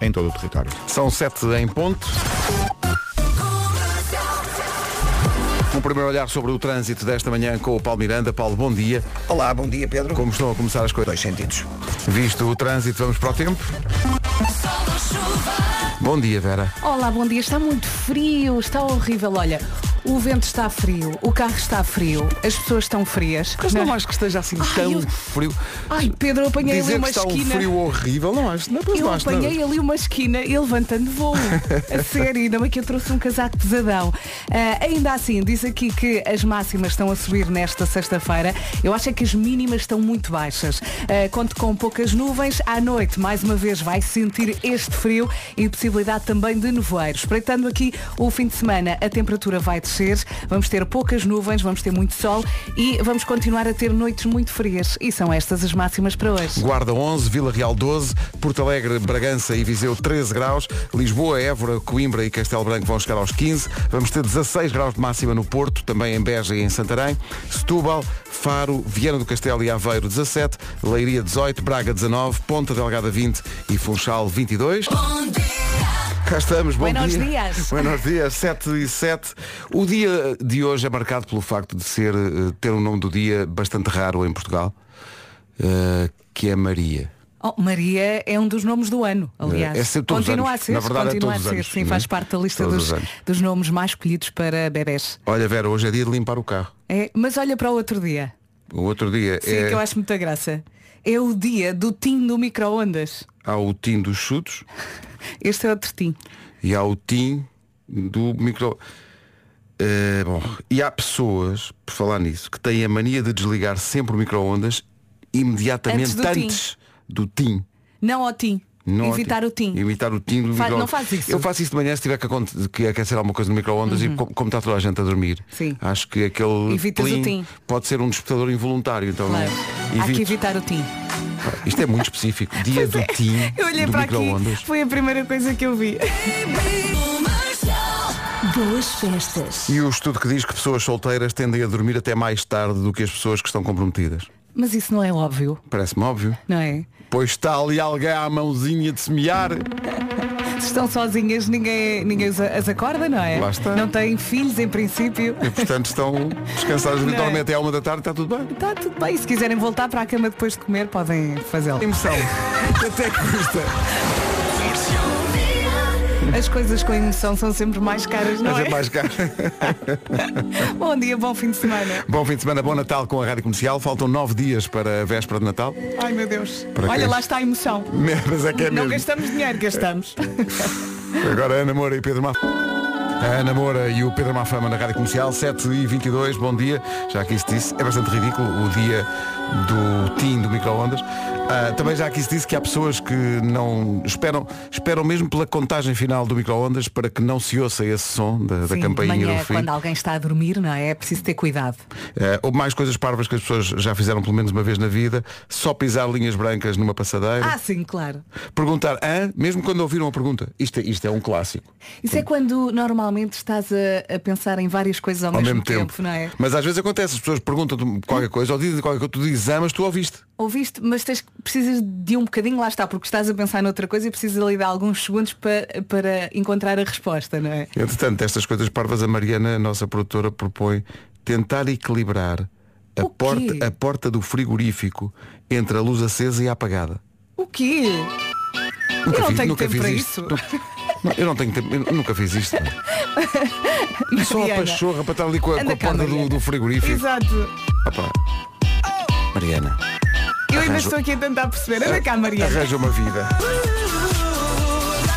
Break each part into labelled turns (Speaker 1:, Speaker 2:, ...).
Speaker 1: em todo o território. São sete em ponto. Um primeiro olhar sobre o trânsito desta manhã com o Paulo Miranda. Paulo, bom dia.
Speaker 2: Olá, bom dia Pedro.
Speaker 1: Como estão a começar as coisas?
Speaker 2: Dois sentidos.
Speaker 1: Visto o trânsito, vamos para o tempo. Bom dia, Vera.
Speaker 3: Olá, bom dia. Está muito frio, está horrível. Olha, o vento está frio, o carro está frio, as pessoas estão frias.
Speaker 1: Mas não acho que esteja assim
Speaker 3: Ai,
Speaker 1: tão
Speaker 3: eu-
Speaker 1: frio.
Speaker 3: Ai, Pedro, eu apanhei ali
Speaker 1: Dizer que
Speaker 3: uma
Speaker 1: está um
Speaker 3: esquina.
Speaker 1: frio horrível, não acho. Não, pois
Speaker 3: Eu
Speaker 1: não acho nada.
Speaker 3: apanhei ali uma esquina e levantando voo. A sério, ainda bem que eu trouxe um casaco pesadão. Ah, ainda assim, diz aqui que as máximas estão a subir nesta sexta-feira. Eu acho é que as mínimas estão muito baixas. Ah, conto com poucas nuvens. À noite, mais uma vez, vai sentir este frio e possibilidade também de nevoeiro. Espreitando aqui o fim de semana, a temperatura vai descer. Vamos ter poucas nuvens, vamos ter muito sol e vamos continuar a ter noites muito frias. E são estas as máximas para hoje.
Speaker 1: Guarda 11, Vila Real 12, Porto Alegre, Bragança e Viseu 13 graus, Lisboa, Évora, Coimbra e Castelo Branco vão chegar aos 15, vamos ter 16 graus de máxima no Porto, também em Beja e em Santarém, Setúbal, Faro, Viana do Castelo e Aveiro 17, Leiria 18, Braga 19, Ponta Delgada 20 e Funchal 22. Cá estamos, bom
Speaker 3: Buenos
Speaker 1: dia.
Speaker 3: dias.
Speaker 1: Buenos dias, 7 e 7. O dia de hoje é marcado pelo facto de ser, eh, ter um nome do dia bastante raro em Portugal, eh, que é Maria.
Speaker 3: Oh, Maria é um dos nomes do ano, aliás.
Speaker 1: É sempre todos os
Speaker 3: continua
Speaker 1: anos.
Speaker 3: a ser,
Speaker 1: Na verdade, é
Speaker 3: continua
Speaker 1: todos os
Speaker 3: a ser,
Speaker 1: anos,
Speaker 3: sim,
Speaker 1: não é?
Speaker 3: faz parte da lista
Speaker 1: Todos os
Speaker 3: dos,
Speaker 1: anos.
Speaker 3: dos nomes mais escolhidos para bebés.
Speaker 1: Olha, Vera, hoje é dia de limpar o carro.
Speaker 3: É, mas olha para o outro dia,
Speaker 1: O outro dia
Speaker 3: sim,
Speaker 1: é
Speaker 3: que eu acho muita graça. É o dia do tim do micro-ondas.
Speaker 1: há o tim dos chutos
Speaker 3: Este é outro tim.
Speaker 1: e há o tim do micro. Eh, bom, e há pessoas, por falar nisso, que têm a mania de desligar sempre o micro-ondas imediatamente
Speaker 3: Antes do tim.
Speaker 1: do tim.
Speaker 3: Não ao tim.
Speaker 1: Não ao
Speaker 3: Evitar o tim.
Speaker 1: Imitar o tim do
Speaker 3: Fa-
Speaker 1: micro
Speaker 3: não faz isso. Uhum.
Speaker 1: Eu faço isso de manhã se tiver que, aconte- que aquecer alguma coisa no micro-ondas e como, como está toda a gente a dormir.
Speaker 3: Sim.
Speaker 1: Acho que aquele
Speaker 3: Evitas o
Speaker 1: plim
Speaker 3: tim.
Speaker 1: pode ser um despertador involuntário. Então
Speaker 3: Claro. Há que
Speaker 1: evito.
Speaker 3: evitar o tim.
Speaker 1: Isto é muito específico. Dia
Speaker 3: Pois
Speaker 1: do
Speaker 3: é.
Speaker 1: tim
Speaker 3: Eu olhei
Speaker 1: do
Speaker 3: para aqui,
Speaker 1: micro-ondas.
Speaker 3: foi a primeira coisa que eu vi.
Speaker 4: Boas festas.
Speaker 1: E o estudo que diz que pessoas solteiras tendem a dormir até mais tarde do que as pessoas que estão comprometidas.
Speaker 3: Mas isso não é óbvio,
Speaker 1: Parece-me óbvio.
Speaker 3: não é?
Speaker 1: Pois está ali alguém à mãozinha de semear.
Speaker 3: Se estão sozinhas, ninguém, ninguém as- as acorda, não é?
Speaker 1: Lá está.
Speaker 3: Não têm filhos, em princípio.
Speaker 1: E portanto estão descansados
Speaker 3: Não é?
Speaker 1: dormem até à uma da tarde, está tudo bem.
Speaker 3: Está Tá tudo bem. Se quiserem voltar para a cama depois de comer, podem fazê-lo.
Speaker 1: Emoção. até custa.
Speaker 3: As coisas com emoção são sempre mais caras, não
Speaker 1: Mas
Speaker 3: é?
Speaker 1: é mais caro.
Speaker 3: Bom dia, bom fim de semana.
Speaker 1: Bom fim de semana, bom Natal com a Rádio Comercial. Faltam nove dias para a véspera de Natal.
Speaker 3: Ai, meu Deus.
Speaker 1: Para
Speaker 3: Olha,
Speaker 1: quem?
Speaker 3: lá está a emoção.
Speaker 1: Mas é que é
Speaker 3: não
Speaker 1: mesmo.
Speaker 3: gastamos dinheiro, gastamos.
Speaker 1: Agora Ana Moura e Pedro Mafama. A Ana Moura e o Pedro Mafama na Rádio Comercial, 7 e 22 bom dia. Já aqui se disse, é bastante ridículo o dia do TIM do microondas. Ah, também já aqui se disse que há pessoas que não esperam, esperam mesmo pela contagem final do microondas para que não se ouça esse som da, da
Speaker 3: Sim, de
Speaker 1: campainha
Speaker 3: manhã, é
Speaker 1: do fim.
Speaker 3: quando alguém está a dormir, não é? É preciso ter cuidado.
Speaker 1: Eh, houve mais coisas parvas que as pessoas já fizeram pelo menos uma vez na vida, só pisar linhas brancas numa passadeira.
Speaker 3: Ah, sim, claro.
Speaker 1: Perguntar, "Hã?", mesmo quando ouviram a pergunta, isto, é- isto é um clássico.
Speaker 3: Isso é quando normalmente estás a, a pensar em várias coisas ao,
Speaker 1: ao mesmo tempo.
Speaker 3: não é? Hum.
Speaker 1: Mas às vezes acontece, as pessoas perguntam-te qualquer coisa ou dizem qualquer coisa, tu dizes ah, mas tu ouviste.
Speaker 3: Ouviste, mas tens, precisas de um bocadinho, lá está, porque estás a pensar noutra coisa e precisas ali de alguns segundos para, para encontrar a resposta, não é?
Speaker 1: Entretanto, estas coisas parvas, a Mariana, a nossa produtora, propõe tentar equilibrar a
Speaker 3: O quê?
Speaker 1: porta, a porta do frigorífico entre a luz acesa e a apagada.
Speaker 3: O quê? eu não
Speaker 1: fiz-
Speaker 3: tenho
Speaker 1: nunca
Speaker 3: tempo
Speaker 1: fiz
Speaker 3: para
Speaker 1: isto.
Speaker 3: isso.
Speaker 1: Não, eu não tenho tempo, eu nunca fiz isto. Só a
Speaker 3: Mariana.
Speaker 1: pachorra para estar ali com a, com
Speaker 3: Anda
Speaker 1: a
Speaker 3: cá,
Speaker 1: porta do,
Speaker 3: Mariana.
Speaker 1: do frigorífico.
Speaker 3: Exato.
Speaker 1: Opa. Mariana,
Speaker 3: Eu ainda
Speaker 1: Arranjo-
Speaker 3: estou aqui a tentar perceber. Anda cá, Mariana.
Speaker 1: arranja uma vida.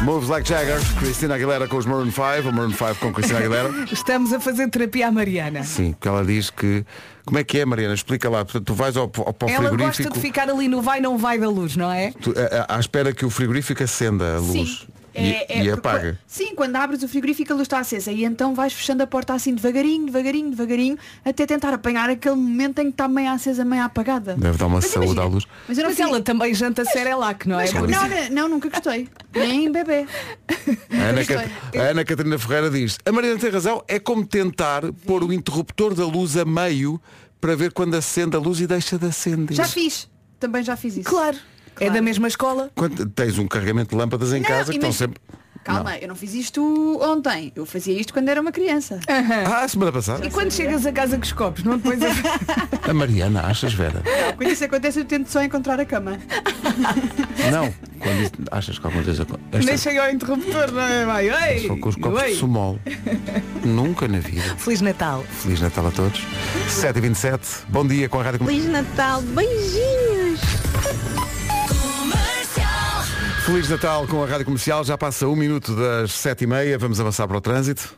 Speaker 1: Moves like Jagger, Cristina Aguilera com os Maroon 5, ou Maroon 5 com Cristina Aguilera.
Speaker 3: Estamos a fazer terapia à Mariana.
Speaker 1: Sim, porque ela diz que. Como é que é, Mariana? Explica lá. Portanto, tu vais ao, ao, para o
Speaker 3: Ela gosta
Speaker 1: frigorífico
Speaker 3: de ficar ali no vai não vai da luz, não é?
Speaker 1: tu- a- a- à espera que o frigorífico acenda a luz
Speaker 5: Sim.
Speaker 1: e,
Speaker 5: É- é
Speaker 1: e
Speaker 5: porque-
Speaker 1: apaga.
Speaker 5: Sim, quando abres o frigorífico a luz está acesa e então vais fechando a porta assim devagarinho, devagarinho, devagarinho, até tentar apanhar aquele momento em que está meio acesa, meio apagada.
Speaker 1: Deve dar uma
Speaker 5: Mas
Speaker 1: saúde
Speaker 5: imagina,
Speaker 1: à luz.
Speaker 5: Mas eu não
Speaker 3: Mas
Speaker 5: fiz-
Speaker 3: ela também janta Cerelac, não é?
Speaker 5: Mas
Speaker 3: Por isso-
Speaker 5: não, não, não, nunca gostei. Nem bebê.
Speaker 1: A Ana,
Speaker 5: gostei.
Speaker 1: Cat- a Ana Catarina Ferreira diz, a Mariana tem razão, é como tentar pôr o interruptor da luz a meio para ver quando acende a luz e deixa de acender.
Speaker 5: Já fiz. Também já fiz isso.
Speaker 3: Claro. É
Speaker 5: Claro.
Speaker 3: da mesma escola?
Speaker 1: Quando tens um carregamento de lâmpadas em casa que estão
Speaker 5: imagina-
Speaker 1: sempre.
Speaker 5: Calma, eu não fiz isto ontem. Eu fazia isto quando era uma criança.
Speaker 1: Ah, semana passada.
Speaker 3: E quando chegas a casa com os copos, não depois
Speaker 1: A Mariana, achas, Vera?
Speaker 5: Não, Quando isso acontece, eu tento só encontrar a cama.
Speaker 1: Não. Quando isso- achas que alguma coisa. Esta...
Speaker 3: deixei ao interruptor, não é mãe? Ei,
Speaker 1: Só com os copos
Speaker 3: ei.
Speaker 1: de sumol. Nunca na vida.
Speaker 3: Feliz Natal.
Speaker 1: Feliz Natal a todos. 7h27. Bom dia com a Rádio Comercial.
Speaker 2: Feliz Natal, beijinhos!
Speaker 1: Feliz Natal com a Rádio Comercial. Já passa um minuto das 7h30. Vamos avançar para o trânsito.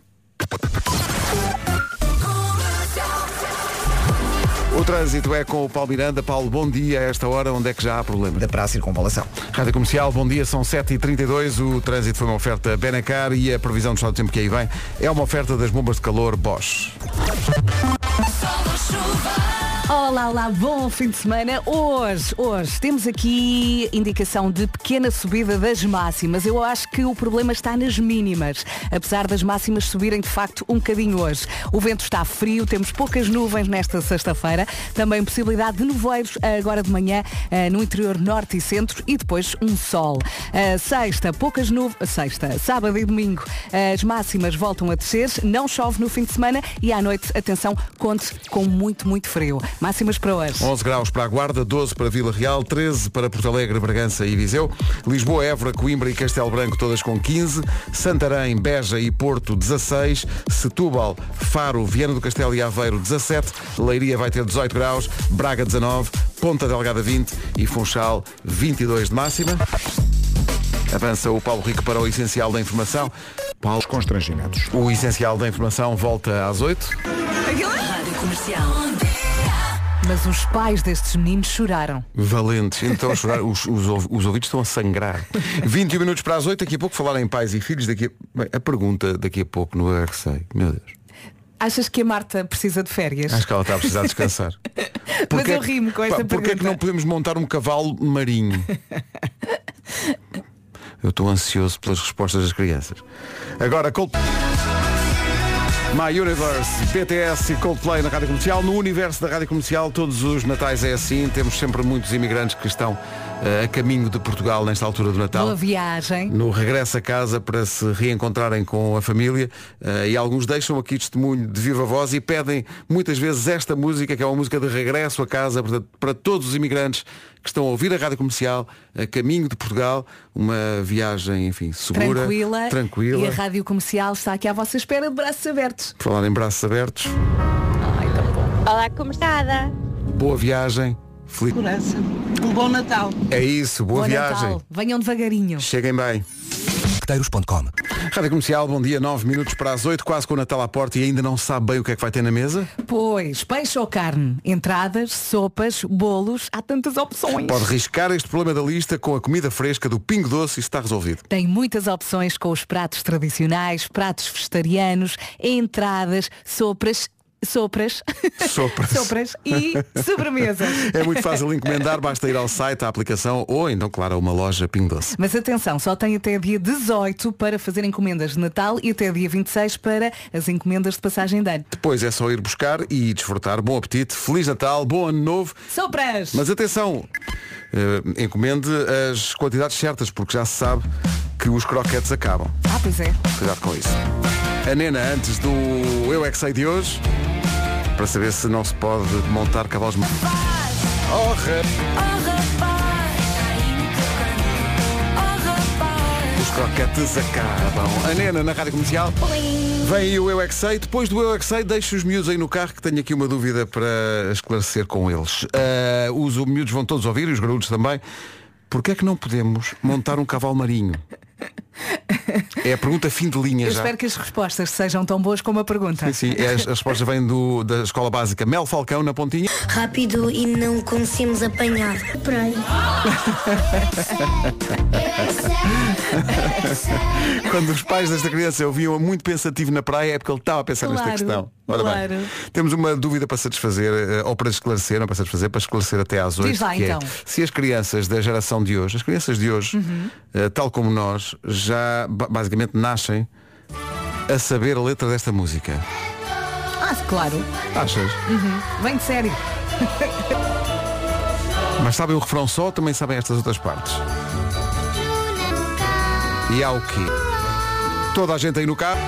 Speaker 1: O trânsito é com o Paulo Miranda. Paulo, bom dia. A esta hora, onde é que já há problemas?
Speaker 6: Da praça circunvalação.
Speaker 1: Rádio Comercial, bom dia, são 7h32, o trânsito foi uma oferta Benacar e a previsão do estado do tempo que aí vem é uma oferta das bombas de calor Bosch.
Speaker 3: Olá, olá, bom fim de semana. Hoje, hoje, temos aqui indicação de pequena subida das máximas. Eu acho que o problema está nas mínimas, apesar das máximas subirem de facto um bocadinho hoje. O vento está frio, temos poucas nuvens nesta sexta-feira, também possibilidade de nevoeiros eh, agora de manhã eh, no interior norte e centro e depois um sol. Eh, Sexta, poucas nuvens, eh, sexta, sábado e domingo, eh, as máximas voltam a descer, não chove no fim de semana e à noite, atenção, conte com muito, muito frio. Máximas para hoje.
Speaker 1: 11 graus para a Guarda, 12 para Vila Real, 13 para Porto Alegre, Bragança e Viseu, Lisboa, Évora, Coimbra e Castelo Branco todas com 15, Santarém, Beja e Porto 16, Setúbal, Faro, Viana do Castelo e Aveiro 17, Leiria vai ter 18 graus, Braga 19, Ponta Delgada 20 e Funchal 22 de máxima. Avança o Paulo Rico para o Essencial da Informação. Paulo,
Speaker 6: Os constrangimentos.
Speaker 1: o Essencial da Informação volta às 8.
Speaker 3: Mas os pais destes meninos choraram.
Speaker 1: Valentes. Então a chorar, os, os, ouv- os ouvidos estão a sangrar. 21 minutos para as 8, daqui a pouco falar em pais e filhos, daqui a, bem, a pergunta daqui a pouco no RCI. Meu Deus.
Speaker 3: Achas que a Marta precisa de férias?
Speaker 1: Acho que ela está a precisar descansar. Porquê-
Speaker 3: eu rimo com esta
Speaker 1: pá, Porquê é que
Speaker 3: pergunta.
Speaker 1: não podemos montar um cavalo marinho? Eu estou ansioso pelas respostas das crianças. Agora, Cold... My Universe, BTS e Coldplay na Rádio Comercial. No universo da Rádio Comercial, todos os natais é assim. Temos sempre muitos imigrantes que estão eh, a caminho de Portugal nesta altura do Natal
Speaker 3: Boa viagem.
Speaker 1: no regresso a casa para se reencontrarem com a família eh, e alguns deixam aqui testemunho de viva voz e pedem muitas vezes esta música que é uma música de regresso a casa portanto, para todos os imigrantes que estão a ouvir a rádio comercial a caminho de Portugal uma viagem enfim segura
Speaker 3: Tranquila.
Speaker 1: tranquila
Speaker 3: E a Rádio Comercial está aqui à vossa espera de braços abertos.
Speaker 1: Por falar em braços abertos
Speaker 2: Olá, como está?
Speaker 1: boa viagem feliz
Speaker 7: segurança. Um bom Natal.
Speaker 1: é isso boa
Speaker 3: Bom
Speaker 1: viagem
Speaker 3: Natal. Venham devagarinho.
Speaker 1: cheguem bem
Speaker 6: Carteiros.com.
Speaker 1: Rádio Comercial, bom dia, 9 minutos para as 8, quase com o Natal à porta e ainda não sabe bem o que é que vai ter na mesa?
Speaker 3: Pois, peixe ou carne? Entradas, sopas, bolos, há tantas opções.
Speaker 1: Pode riscar este problema da lista com a comida fresca do Pingo Doce e está resolvido.
Speaker 3: Tem muitas opções com os pratos tradicionais, pratos vegetarianos, entradas, sopras, sopras,
Speaker 1: Sopras.
Speaker 3: sopras e sobremesas.
Speaker 1: É muito fácil encomendar, basta ir ao site, à aplicação ou então, claro, a uma loja Pingo Doce.
Speaker 3: Mas atenção, só tem até dia 18 para fazer encomendas de Natal e até dia 26 para as encomendas de passagem de ano.
Speaker 1: Depois é só ir buscar e desfrutar. Bom apetite, Feliz Natal, bom Ano Novo.
Speaker 3: Sopras!
Speaker 1: Mas atenção, eh, encomende as quantidades certas, porque já se sabe que os croquetes acabam.
Speaker 3: Ah, pois é.
Speaker 1: Cuidado com isso. A Nena, antes do Eu É Que Sei de hoje, para saber se não se pode montar cavalos... ma- Oh, rap- os croquetes acabam. A Nena, na Rádio Comercial. Vem aí o Eu É Que Sei. Depois do Eu É Que Sei, deixo os miúdos aí no carro que tenho aqui uma dúvida para esclarecer com eles. Ah, os miúdos vão todos ouvir, e os garotos também. Porquê é que não podemos montar um cavalo marinho? É a pergunta fim de linha
Speaker 3: Eu
Speaker 1: já.
Speaker 3: espero que as respostas sejam tão boas como a pergunta.
Speaker 1: Sim, sim, é, a resposta vem do, da escola básica Mel Falcão na pontinha.
Speaker 4: Rápido e não conseguimos apanhar.
Speaker 1: Quando os pais desta criança ouviam muito pensativo na praia é porque ele estava a pensar nesta
Speaker 3: Claro,
Speaker 1: questão. Ora
Speaker 3: claro.
Speaker 1: bem, temos uma dúvida para satisfazer, eh, ou para esclarecer, não para satisfazer, para esclarecer até às oito.
Speaker 3: lá,
Speaker 1: que é,
Speaker 3: então.
Speaker 1: se as crianças da geração de hoje, as crianças de hoje,
Speaker 3: Uhum.
Speaker 1: eh, tal como nós, já ba- basicamente nascem a saber a letra desta música.
Speaker 3: Ah, claro.
Speaker 1: Achas?
Speaker 3: Vem de sério.
Speaker 1: Mas sabem o refrão só, também sabem estas outras partes. E há o quê? Toda a gente aí no carro.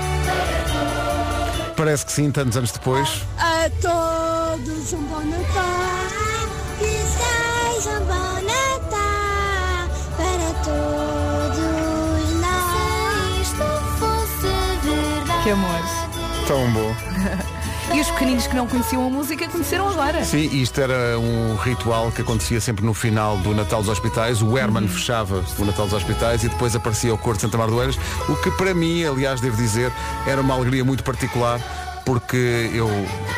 Speaker 1: Parece que sim, tantos anos depois.
Speaker 8: A todos um bom Natal. Que seja um bom Natal para todos nós. Se isto fosse verdade.
Speaker 3: Que amor.
Speaker 1: Tão bom.
Speaker 3: E os pequeninos que não conheciam a música conheceram agora.
Speaker 1: Sim, isto era um ritual que acontecia sempre no final do Natal dos Hospitais. O Herman
Speaker 3: Uhum.
Speaker 1: fechava o Natal dos Hospitais e depois aparecia o Cor de Santa Mar do Eiras, o que para mim, aliás, devo dizer, era uma alegria muito particular porque eu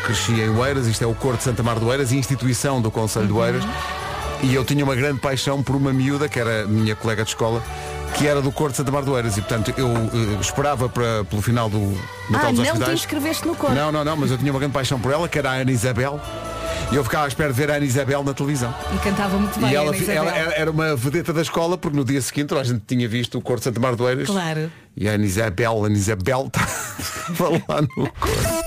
Speaker 1: cresci em Oeiras, isto é o Cor de Santa Mar do Eiras, instituição do Conselho
Speaker 3: Uhum.
Speaker 1: de Oeiras, e eu tinha uma grande paixão por uma miúda, que era minha colega de escola, que era do Cor de Santa Mar do Eiras, e portanto eu eh, esperava para, pelo final do
Speaker 3: Ah,
Speaker 1: Natal dos
Speaker 3: não te
Speaker 1: Hospitais.
Speaker 3: inscreveste no coro.
Speaker 1: Não, não, não, mas eu tinha uma grande paixão por ela, que era a Ana Isabel. E eu ficava à espera de ver a Ana Isabel na televisão.
Speaker 3: E cantava muito bem.
Speaker 1: e ela,
Speaker 3: Ana Isabel.
Speaker 1: ela é- era era uma vedeta da escola, porque no dia seguinte a gente tinha visto o Corte de Santa Mar do Eiras.
Speaker 3: Claro.
Speaker 1: E a Ana Isabel, a Ana Isabel, estava lá no corte.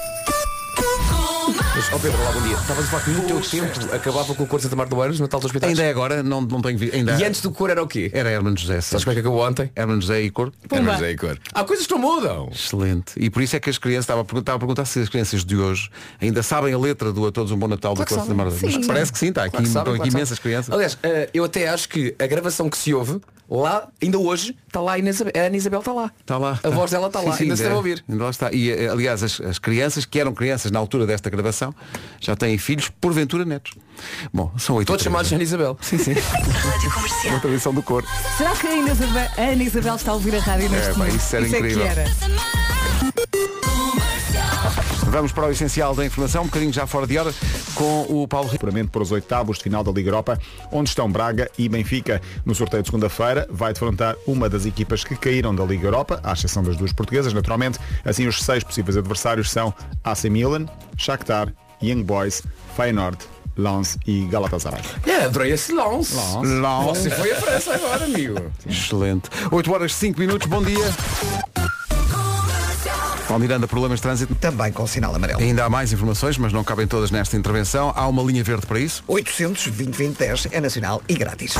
Speaker 9: Mas, ó Pedro, olá, bom dia. Estavas a falar que no teu tempo acabava com o Corte de Mar do Eiras no Natal dos Hospitais.
Speaker 1: Ainda é agora, não, não tenho visto. Ainda é.
Speaker 9: E antes do cor era o quê?
Speaker 1: Era Herman José. sim.
Speaker 9: Sabes como é que acabou ontem?
Speaker 1: Herman José e Corte.
Speaker 9: Era José e cor. Há coisas que não mudam.
Speaker 1: Excelente. E por isso é que as crianças, estava a perguntar, estava a perguntar se as crianças de hoje ainda sabem a letra do A Todos um Bom Natal do
Speaker 9: Claro que
Speaker 1: Corte de Mar do
Speaker 9: sabem.
Speaker 1: Eiras. Parece que sim, está aqui,
Speaker 9: Claro que
Speaker 1: estão
Speaker 9: sabem, claro
Speaker 1: aqui
Speaker 9: que
Speaker 1: imensas
Speaker 9: sabem.
Speaker 1: crianças.
Speaker 9: Aliás, eh, eu até acho que a gravação que se ouve, lá, ainda hoje, está lá a Ana Isabel. A Ana Isabel está lá.
Speaker 1: Está Tá lá.
Speaker 9: A
Speaker 1: está.
Speaker 9: voz dela está
Speaker 1: Sim,
Speaker 9: lá.
Speaker 1: sim, é.
Speaker 9: ainda se deve ouvir.
Speaker 1: Ainda lá está. E, eh, aliás, as, as crianças, que eram crianças na altura desta gravação, já têm filhos, porventura netos. Bom, são oito. né?
Speaker 9: Todos chamados Ana Isabel.
Speaker 1: Sim, sim. Uma tradição do cor.
Speaker 3: Será que a Ana Isabel, a Ana Isabel está a ouvir a rádio neste
Speaker 1: pá,
Speaker 3: momento?
Speaker 1: isso era
Speaker 3: é que
Speaker 1: incrível.
Speaker 3: era.
Speaker 1: Vamos para o essencial da informação, um bocadinho já fora de hora, com o Paulo Rico.
Speaker 10: apuramento para os oitavos de final da Liga Europa, onde estão Braga e Benfica. No sorteio de segunda-feira, vai defrontar uma das equipas que caíram da Liga Europa, à exceção das duas portuguesas, naturalmente. Assim, os seis possíveis adversários são AC Milan, Shakhtar, Young Boys, Feyenoord, Lens e Galatasaray.
Speaker 9: É, adorei esse lance. Você foi a França agora, amigo.
Speaker 1: Excelente. 8 horas 5 minutos, bom dia. Paulo Miranda, problemas de trânsito.
Speaker 6: Também com sinal amarelo.
Speaker 1: Ainda há mais informações, mas não cabem todas nesta intervenção. Há uma linha verde para isso.
Speaker 6: 800 2010 é nacional e grátis.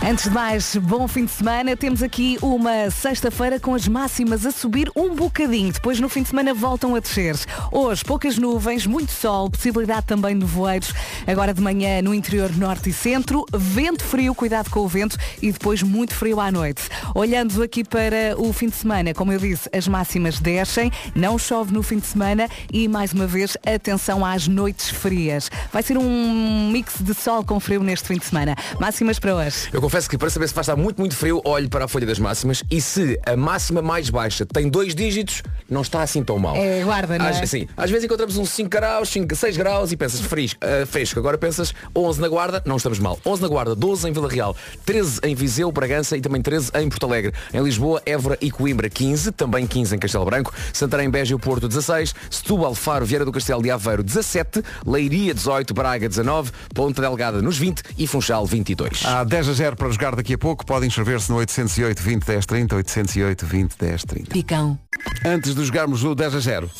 Speaker 3: Antes de mais, bom fim de semana. Temos aqui uma sexta-feira com as máximas a subir um bocadinho. Depois, no fim de semana, voltam a descer. Hoje, poucas nuvens, muito sol, possibilidade também de voeiros. Agora de manhã, no interior norte e centro, vento frio, cuidado com o vento e depois muito frio à noite. Olhando aqui para o fim de semana, como eu disse, as máximas descem, não chove no fim de semana e, mais uma vez, atenção às noites frias. Vai ser um mix de sol com frio neste fim de semana. Máximas para hoje.
Speaker 9: Eu confesso que para saber se vai estar muito, muito frio, olho para a folha das máximas e se a máxima mais baixa tem dois dígitos, não está assim tão mal.
Speaker 3: É, guarda, não é?
Speaker 9: Às, sim, às vezes encontramos uns 5 graus, 5, 6 graus e pensas fris, ah, fresco. Agora pensas 11 na Guarda, não estamos mal. 11 na Guarda, 12 em Vila Real, 13 em Viseu, Bragança e também 13 em Porto Alegre. Em Lisboa, Évora e Coimbra, 15, também 15 em Castelo Branco, Santarém, Beja e Porto, 16, Setúbal, Faro, Vieira do Castelo e Aveiro, 17, Leiria, 18, Braga, 19, Ponta Delgada nos 20 e Funchal, 22.
Speaker 1: Há 10 a 0 para jogar daqui a pouco. Podem inscrever-se no 808 20 10 30, 808 20 10 30.
Speaker 3: Picão.
Speaker 1: Antes de jogarmos o 10 a 0.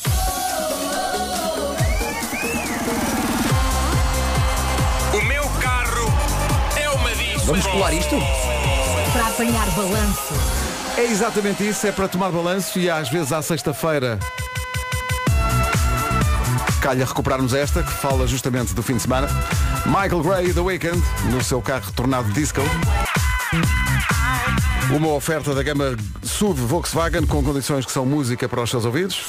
Speaker 11: O meu carro é uma disco.
Speaker 9: Vamos colar isto?
Speaker 3: Para apanhar balanço.
Speaker 1: É exatamente isso, é para tomar balanço e às vezes à sexta-feira calha recuperarmos esta que fala justamente do fim de semana. Michael Gray The Weekend no seu carro tornado disco. Uma oferta da gama SUV Volkswagen com condições que são música para os seus ouvidos.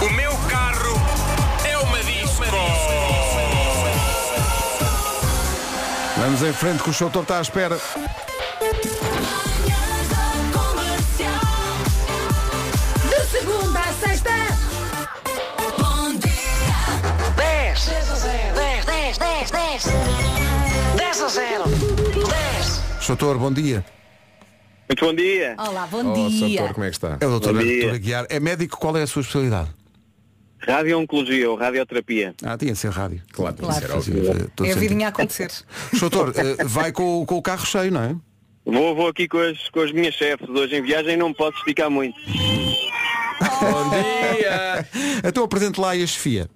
Speaker 11: O meu carro é uma disco.
Speaker 1: Vamos em frente que o show está à espera.
Speaker 8: De segunda a sexta. Bom dia.
Speaker 7: 10,
Speaker 8: 10, 10, 10, 10.
Speaker 7: 10 a 0.
Speaker 1: Doutor, bom dia.
Speaker 11: Muito bom dia.
Speaker 3: Olá, bom dia.
Speaker 9: como é que está?
Speaker 1: É o doutor
Speaker 11: Bom dia.
Speaker 1: Artur Aguiar. É médico, qual é a sua especialidade?
Speaker 11: Radioncologia ou radioterapia.
Speaker 1: Ah, tinha de ser rádio.
Speaker 9: Claro,
Speaker 3: Claro.
Speaker 9: claro.
Speaker 1: Estou a
Speaker 3: É a
Speaker 1: sentir.
Speaker 3: vidinha a acontecer.
Speaker 1: Doutor, eh, vai com, o- com o carro cheio, não é?
Speaker 11: Vou, vou aqui com as, com as minhas chefes hoje em viagem, não me posso esticar muito.
Speaker 9: Bom dia!
Speaker 1: então apresente lá e a chefia.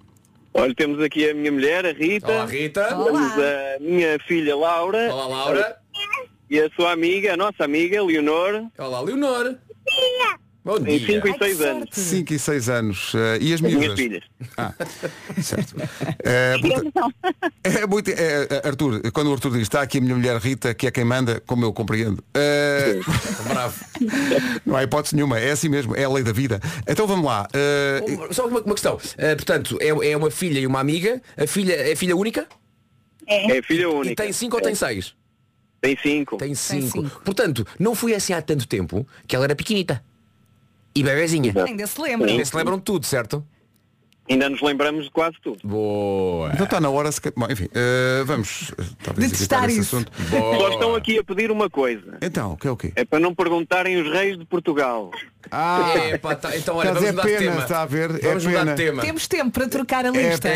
Speaker 12: Olha, temos aqui a minha mulher, a Rita.
Speaker 1: Olá, Rita.
Speaker 12: Temos
Speaker 1: Olá.
Speaker 12: a minha filha Laura.
Speaker 9: Olá, Laura.
Speaker 12: E a sua amiga, a nossa amiga, Leonor.
Speaker 9: Olá, Leonor. Bom
Speaker 12: Tem 5 e 6 anos.
Speaker 1: 5 e 6 anos. Eh, e as
Speaker 12: As minhas
Speaker 1: miúdas?
Speaker 12: filhas.
Speaker 1: Ah, certo. Eh, porta- é muito, é, é, Arthur, quando o Arthur diz está aqui a minha mulher Rita, que é quem manda, como eu compreendo. Eh,
Speaker 9: Bravo.
Speaker 1: Não há hipótese nenhuma, é assim mesmo, é a lei da vida. Então vamos lá. eh,
Speaker 9: Uma- Só uma, uma questão. Uh, portanto, é, é uma filha e uma amiga. A filha é filha única?
Speaker 12: É. É filha única.
Speaker 9: E tem cinco ou tem
Speaker 12: É.
Speaker 9: seis?
Speaker 12: Tem cinco.
Speaker 9: Tem cinco. Portanto, não foi assim há tanto tempo que ela era pequenita. E bebezinha.
Speaker 3: Ainda se lembra.
Speaker 9: Ainda se lembram de tudo, certo?
Speaker 12: Ainda nos lembramos de quase tudo.
Speaker 9: Boa.
Speaker 1: Então está na hora, se... ca- bom, enfim, eh, vamos eh, talvez
Speaker 12: Detestar
Speaker 1: evitar esse
Speaker 12: isso.
Speaker 1: assunto.
Speaker 12: Só estão aqui a pedir uma coisa.
Speaker 1: Então, o que é o quê?
Speaker 12: É para não perguntarem os reis de Portugal.
Speaker 1: Ah,
Speaker 9: Epá, tá- então olha,
Speaker 1: Mas
Speaker 9: vamos
Speaker 1: é
Speaker 9: mudar
Speaker 1: pena,
Speaker 9: de tema.
Speaker 1: está a ver, é
Speaker 9: Vamos mudar
Speaker 1: pena.
Speaker 9: de tema.
Speaker 3: Temos tempo para trocar a lista.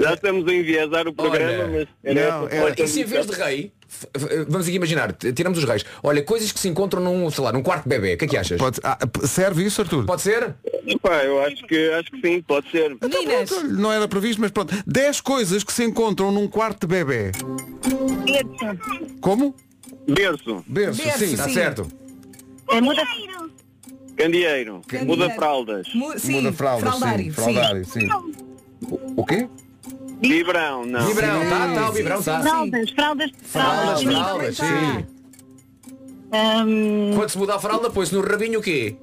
Speaker 12: Já estamos a enviesar o programa, mas... era essa-
Speaker 6: é-
Speaker 9: E se É assim, em vez de rei, f- f- vamos aqui imaginar, t- tiramos os reis. Olha, coisas que se encontram num, sei lá, num quarto de bebê, o que é que achas?
Speaker 1: ah, serve isso, Arthur?
Speaker 9: Pode ser?
Speaker 12: Epá, eu acho que, acho que sim, pode ser.
Speaker 3: Então
Speaker 1: Meninas. Então, não era previsto, mas pronto. 10 coisas que se encontram num quarto de bebê. Como?
Speaker 12: Berço.
Speaker 1: Berço,
Speaker 12: Berço,
Speaker 8: Tá
Speaker 1: sim.
Speaker 12: sim.
Speaker 8: É muda.
Speaker 12: Candeeiro.
Speaker 8: Candeeiro.
Speaker 12: Muda fraldas.
Speaker 8: Mu- sim, Muda fraldas, fraldário, sim, sim. fraldário, sim.
Speaker 1: O quê?
Speaker 12: Vibrão, não.
Speaker 8: Vibrão, tá, tá, o Sim, vibrão sim,
Speaker 3: Ah,
Speaker 8: tá. sim. Fraldas, fraldas,
Speaker 9: Fraldas, fraldas, sim.
Speaker 8: Ahm,
Speaker 9: Quando se muda a fralda, põe-se no rabinho o quê?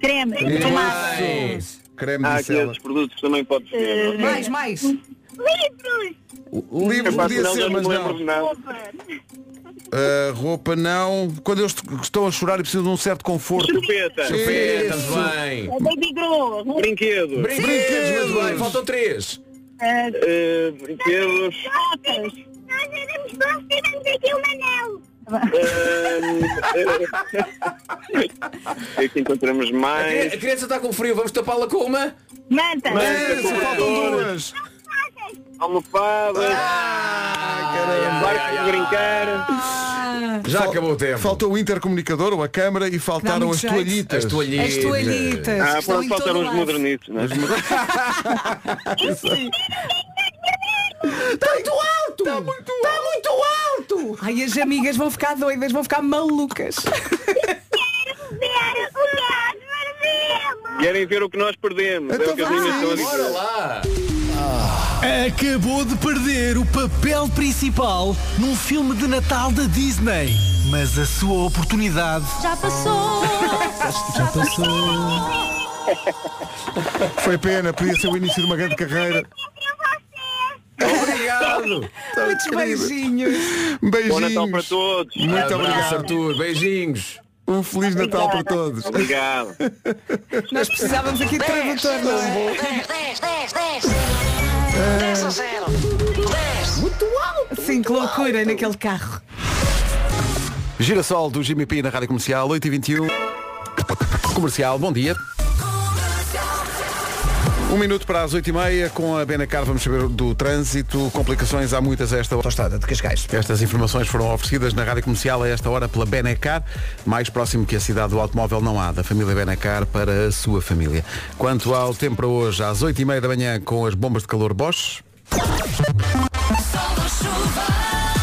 Speaker 8: creme. Tomate.
Speaker 9: Isso.
Speaker 1: Creme
Speaker 12: Há aqui esses produtos também pode ser. não é?
Speaker 3: Mais, mais.
Speaker 8: Livros.
Speaker 1: Livro
Speaker 12: Epá,
Speaker 1: podia
Speaker 12: senão
Speaker 1: ser,
Speaker 12: eu
Speaker 1: mas
Speaker 12: não. me
Speaker 1: não.
Speaker 12: lembro de nada.
Speaker 1: Ah, roupa não. Quando eles t- estão a chorar e precisam de um certo conforto.
Speaker 12: Chupeta.
Speaker 9: Chupeta,
Speaker 1: Isso.
Speaker 9: bem.
Speaker 8: Baby Grow.
Speaker 12: Brinquedos.
Speaker 9: Brin- Brinquedos, muito bem, faltam três.
Speaker 12: Eh, brinquedos.
Speaker 8: Notas. Nós éramos bons, tivemos aqui um anel.
Speaker 12: ehm, O que é que encontramos
Speaker 9: A
Speaker 12: mais?
Speaker 9: cri- a criança está com frio, vamos tapá-la com uma?
Speaker 8: Manta.
Speaker 12: Manta, cobertores. Almofadas.
Speaker 1: Ah,
Speaker 12: Ah, Barco de brincar.
Speaker 9: Já acabou o tempo.
Speaker 1: Faltou o intercomunicador ou a câmara e faltaram
Speaker 9: muito
Speaker 1: as
Speaker 9: jeito.
Speaker 1: toalhitas.
Speaker 9: As toalhitas. As toalhitas,
Speaker 12: Ah, pronto, faltaram os modernitos, não é?
Speaker 3: Está Tá muito alto! Está muito, alto! Ai, as amigas vão ficar doidas, vão ficar malucas.
Speaker 12: Querem ver o que nós perdemos?
Speaker 1: Então
Speaker 12: é o que as minhas estão a dizer.
Speaker 9: Bora lá.
Speaker 13: É, Acabou de perder o papel principal num filme de Natal da Disney. Mas a sua oportunidade
Speaker 8: Já passou.
Speaker 13: já passou.
Speaker 1: Foi pena, podia ser o início de uma grande carreira.
Speaker 9: Obrigado.
Speaker 1: Muitos beijinhos. Tá Beijinhos.
Speaker 12: Bom Natal para todos.
Speaker 1: Muito
Speaker 12: Abraço,
Speaker 1: obrigado.
Speaker 9: Arthur, beijinhos.
Speaker 1: Um Feliz Natal para todos.
Speaker 12: Obrigado.
Speaker 3: Nós precisávamos aqui de tradutor, não é?
Speaker 8: 10, 10, 10. 10 a 0. 10. Muito alto.
Speaker 3: Sim, que loucura naquele carro.
Speaker 1: Girassol do Jimmy P na Rádio Comercial, 8h21. Comercial, bom dia. Um minuto para as 8h30, com a Benacar vamos saber do trânsito. Complicações há muitas a esta hora. Tostada de Cascais. Estas informações foram oferecidas na Rádio Comercial a esta hora pela Benacar. Mais próximo que a cidade do automóvel não há, da família Benacar para a sua família. Quanto ao tempo para hoje, às 8h30 da manhã, com as bombas de calor Bosch.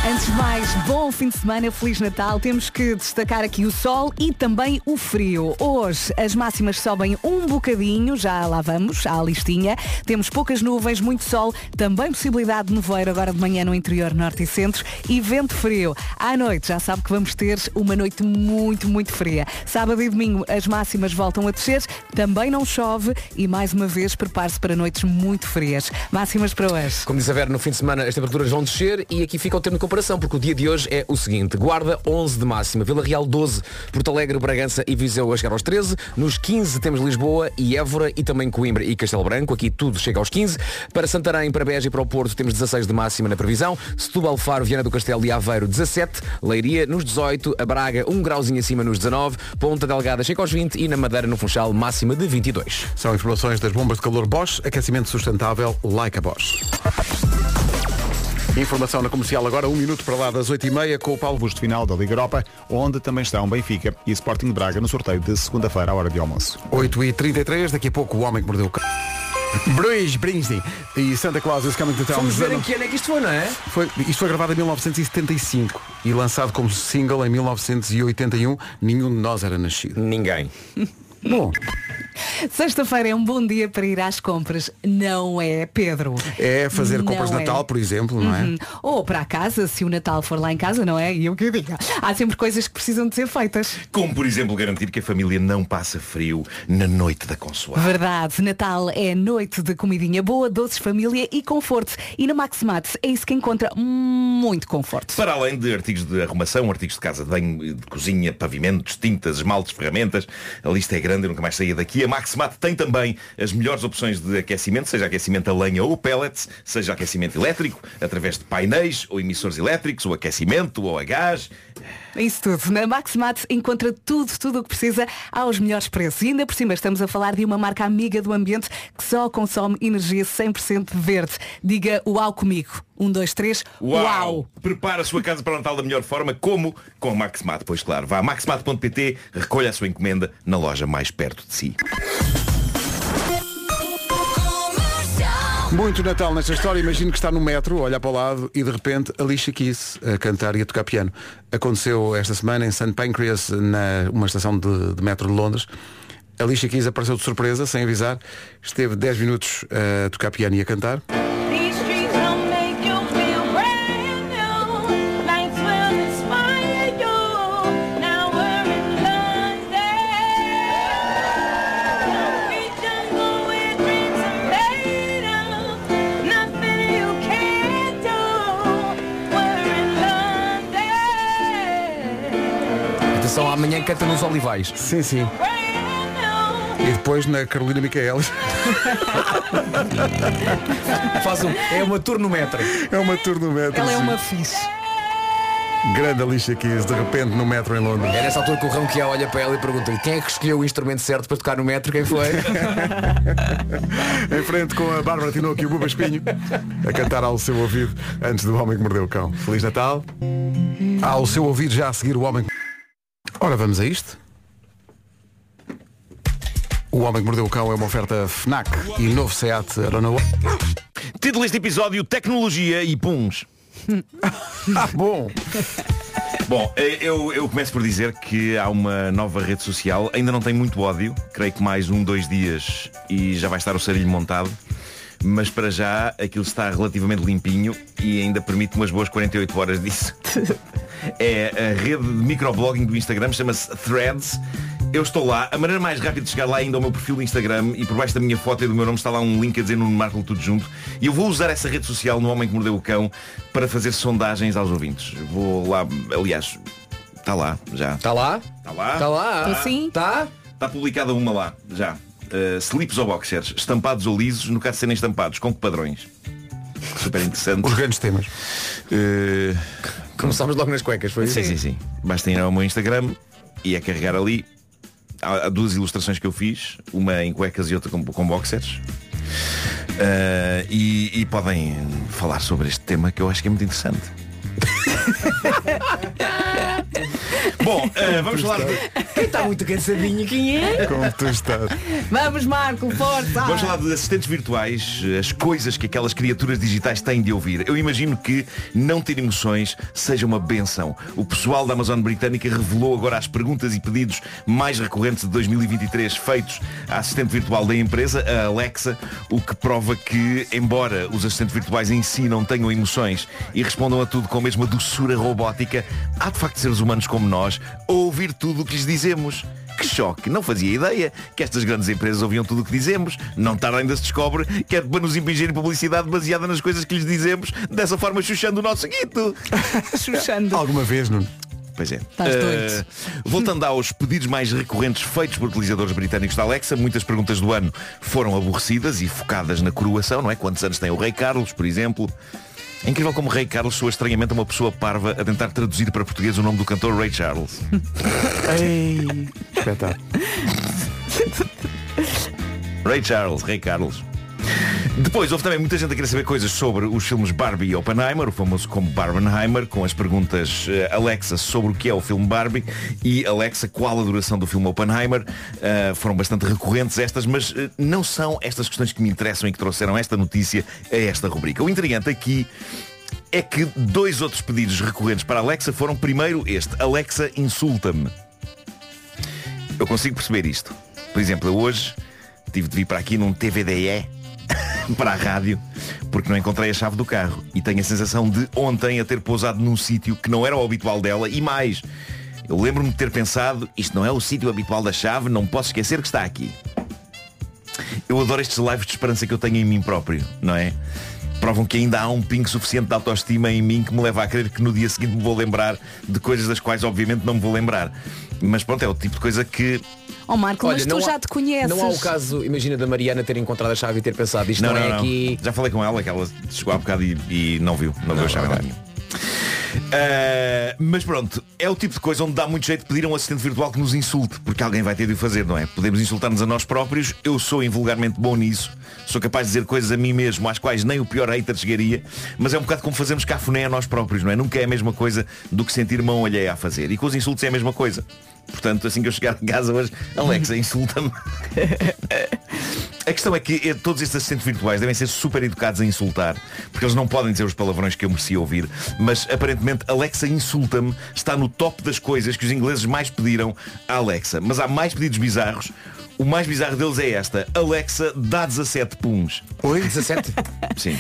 Speaker 3: Antes de mais, bom fim de semana, Feliz Natal. Temos que destacar aqui o sol e também o frio. Hoje as máximas sobem um bocadinho, já lá vamos, à listinha. Temos poucas nuvens, muito sol, também possibilidade de nevoeiro agora de manhã no interior norte e centro e vento frio. À noite já sabe que vamos ter uma noite muito, muito fria. Sábado e domingo as máximas voltam a descer, também não chove e mais uma vez prepare-se para noites muito frias. Máximas para hoje.
Speaker 9: Como disse a Vera, no fim de semana as temperaturas vão descer e aqui fica o termo de comparação, porque o dia de hoje é o seguinte. Guarda 11 de máxima, Vila Real 12, Porto Alegre, Bragança e Viseu a chegar aos 13. Nos 15 temos Lisboa e Évora e também Coimbra e Castelo Branco. Aqui tudo chega aos 15. Para Santarém, para Beja e para o Porto temos 16 de máxima na previsão. Setúbal, Faro, Viana do Castelo e Aveiro 17. Leiria nos 18. A Braga 1 grauzinho acima nos 19. Ponta Delgada chega aos 20 e na Madeira no Funchal máxima de 22.
Speaker 1: São informações das bombas de calor Bosch, aquecimento sustentável, like a Bosch. Informação na comercial agora, um minuto para lá das 8h30 com o Paulo
Speaker 10: Busto Final da Liga Europa, onde também estão Benfica e Sporting de Braga no sorteio de segunda-feira à hora de almoço.
Speaker 1: 8h33, daqui a pouco o homem que mordeu o cão. Bruce Springsteen e Santa Claus is Coming to Town.
Speaker 9: Vamos ver em
Speaker 1: Dezenove-
Speaker 9: que ano é que isto foi, não é?
Speaker 1: Foi, isto foi gravado em 1975 e lançado como single em 1981. Nenhum de nós era nascido.
Speaker 9: Ninguém.
Speaker 1: Bom,
Speaker 3: Sexta-feira é um bom dia para ir às compras, não é, Pedro?
Speaker 1: é fazer compras de
Speaker 3: Não é.
Speaker 1: Natal, por exemplo, não é?
Speaker 3: Uhum. Ou para a casa, se o Natal for lá em casa, não é? E eu que eu diga. Há sempre coisas que precisam de ser feitas.
Speaker 14: Como, por exemplo, garantir que a família não passa frio na noite da consoada.
Speaker 3: Verdade, Natal é noite de comidinha boa, doces, família e conforto. E na Maximax é isso que encontra muito conforto.
Speaker 14: Para além de artigos de arrumação, artigos de casa de banho, de cozinha, pavimentos, tintas, esmaltes, ferramentas, a lista é grande, eu nunca mais saía daqui. A Maximat tem também as melhores opções de aquecimento, seja aquecimento a lenha ou pellets, seja aquecimento elétrico, através de painéis ou emissores elétricos, ou aquecimento, ou a gás.
Speaker 3: Isso tudo. Na Maximat encontra tudo, tudo o que precisa aos melhores preços. E ainda por cima estamos a falar de uma marca amiga do ambiente que só consome energia 100% verde. Diga uau comigo. Um, dois, três.
Speaker 14: Uau! Prepara a sua casa para o Natal da melhor forma, como com a Maximat, pois claro. Vá a maximat.pt, recolha a sua encomenda na loja mais perto de si.
Speaker 1: Muito Natal nesta história. Imagino que está no metro, olha para o lado e de repente Alicia Keys a cantar e a tocar piano. Aconteceu esta semana em St. Pancras, na uma estação de, de metro de Londres. Alicia Keys apareceu de surpresa, sem avisar. Esteve 10 minutos a tocar piano e a cantar.
Speaker 9: Atenção, amanhã canta nos Olivais.
Speaker 1: Sim, sim. E depois na Carolina Micaelis.
Speaker 9: Faz um- é uma tour no metro.
Speaker 1: É uma tour no metro.
Speaker 3: Ela é
Speaker 1: sim.
Speaker 3: uma fixe.
Speaker 1: Grande Alicia Keys, de repente no metro em Londres.
Speaker 9: É nessa altura que o Rão que olha para ela e pergunta quem é que escolheu o instrumento certo para tocar no metro, quem foi?
Speaker 1: em frente com a Bárbara Tinoco e o Buba Espinho a cantar ao seu ouvido antes do Homem que Mordeu o Cão. Feliz Natal. Ao Ah, seu ouvido já a seguir o Homem que... Ora, vamos a isto. O Homem que Mordeu o Cão é uma oferta FNAC e novo Seat Aronoa.
Speaker 14: Título deste episódio, Tecnologia e Puns.
Speaker 1: ah, bom.
Speaker 14: Bom, eh, eu, eu começo por dizer que há uma nova rede social, ainda não tem muito ódio, creio que mais um, dois dias e já vai estar o sarilho montado, mas para já aquilo está relativamente limpinho e ainda permite umas boas 48 horas disso. É a rede de microblogging do Instagram, chama-se Threads. Eu estou lá, a maneira mais rápida de chegar lá é ainda ao meu perfil do Instagram e por baixo da minha foto e do meu nome está lá um link a dizer Nuno Marco tudo junto. E eu vou usar essa rede social no Homem que Mordeu o Cão para fazer sondagens aos ouvintes. Vou lá, aliás, está lá já. Está
Speaker 9: lá?
Speaker 14: Está lá?
Speaker 9: Está Tá. lá? Tá? Tô sim. Está?
Speaker 14: Está publicada uma lá, já. Uh, slips ou boxers, estampados ou lisos, no caso de serem estampados, com que padrões? Super interessante. Eh, Os
Speaker 1: grandes temas.
Speaker 9: Começámos logo nas cuecas, foi isso?
Speaker 14: Sim, sim, sim. Basta ir ao meu Instagram e é carregar ali. Há, há duas ilustrações que eu fiz, uma em cuecas e outra com, com boxers. Uh, e, e podem falar sobre este tema que eu acho que é muito interessante. Bom, uh, vamos falar de,
Speaker 9: Quem está muito cansadinho, quem é?
Speaker 1: Como tu estás.
Speaker 3: Vamos, Marco, força!
Speaker 14: Vamos falar de assistentes virtuais, eh, as coisas que aquelas criaturas digitais têm de ouvir. Eu imagino que não ter emoções seja uma benção. O pessoal da Amazon Britânica revelou agora as perguntas e pedidos mais recorrentes de 2023 feitos à assistente virtual da empresa, a Alexa, o que prova que, embora os assistentes virtuais em si não tenham emoções e respondam a tudo com a mesma doçura robótica, há de facto seres humanos como nós a ouvir tudo o que lhes dizemos. Que choque, não fazia ideia que estas grandes empresas ouviam tudo o que dizemos. Não tarda ainda se descobre que é para nos impingirem publicidade baseada nas coisas que lhes dizemos, dessa forma chuchando o nosso guito.
Speaker 3: chuchando.
Speaker 1: Alguma vez, Nuno?
Speaker 14: Pois é.
Speaker 1: Estás doente.
Speaker 14: Uh, voltando aos pedidos mais recorrentes feitos por utilizadores britânicos da Alexa, muitas perguntas do ano foram aborrecidas e focadas na coroação, não é? Quantos anos tem o Rei Carlos, por exemplo? É incrível como o Rei Carlos soa estranhamente a uma pessoa parva a tentar traduzir para português o nome do cantor Ray Charles.
Speaker 1: Ei. Espetáculo.
Speaker 14: Ray Charles, Ray Carlos. Depois, houve também muita gente a querer saber coisas sobre os filmes Barbie e Oppenheimer, o famoso como Barbenheimer, com as perguntas eh, Alexa sobre o que é o filme Barbie e Alexa qual a duração do filme Oppenheimer. Ah, foram bastante recorrentes estas, mas eh, não são estas questões que me interessam e que trouxeram esta notícia a esta rubrica. O intrigante aqui é que dois outros pedidos recorrentes para Alexa foram primeiro este, Alexa insulta-me. Eu consigo perceber isto. Por exemplo, eu hoje tive de vir para aqui num TVDE para a rádio porque não encontrei a chave do carro e tenho a sensação de ontem a ter pousado num sítio que não era o habitual dela e mais. Eu lembro-me de ter pensado, isto não é o sítio habitual da chave, não posso esquecer que está aqui. Eu adoro estes lives de esperança que eu tenho em mim próprio, não é? Provam que ainda há um pingo suficiente de autoestima em mim que me leva a crer que no dia seguinte me vou lembrar de coisas das quais obviamente não me vou lembrar. Mas pronto, é o tipo de coisa que
Speaker 3: Oh Marco,
Speaker 14: Olha,
Speaker 3: mas
Speaker 14: não
Speaker 3: tu
Speaker 14: há-
Speaker 3: já te conheces.
Speaker 9: Não há o caso, imagina, da Mariana ter encontrado a chave e ter pensado isto não, é aqui.
Speaker 14: Já falei com ela que ela chegou há bocado e, e não viu, não, viu a chave lá nenhuma. Ah, mas pronto, é o tipo de coisa onde dá muito jeito de pedir a um assistente virtual que nos insulte, porque alguém vai ter de o fazer, não é? Podemos insultar-nos a nós próprios, eu sou invulgarmente bom nisso, sou capaz de dizer coisas a mim mesmo às quais nem o pior hater chegaria, mas é um bocado como fazermos cafuné a nós próprios, não é? Nunca é a mesma coisa do que sentir mão alheia a fazer. E com os insultos é a mesma coisa. Portanto, assim que eu chegar a casa hoje, Alexa, insulta-me. A questão é que eh, todos estes assistentes virtuais devem ser super educados a insultar, porque eles não podem dizer os palavrões que eu merecia ouvir, mas aparentemente Alexa insulta-me está no top das coisas que os ingleses mais pediram à Alexa. Mas há mais pedidos bizarros. O mais bizarro deles é esta. Alexa dá 17 puns.
Speaker 1: Oi?
Speaker 9: 17?
Speaker 14: Sim.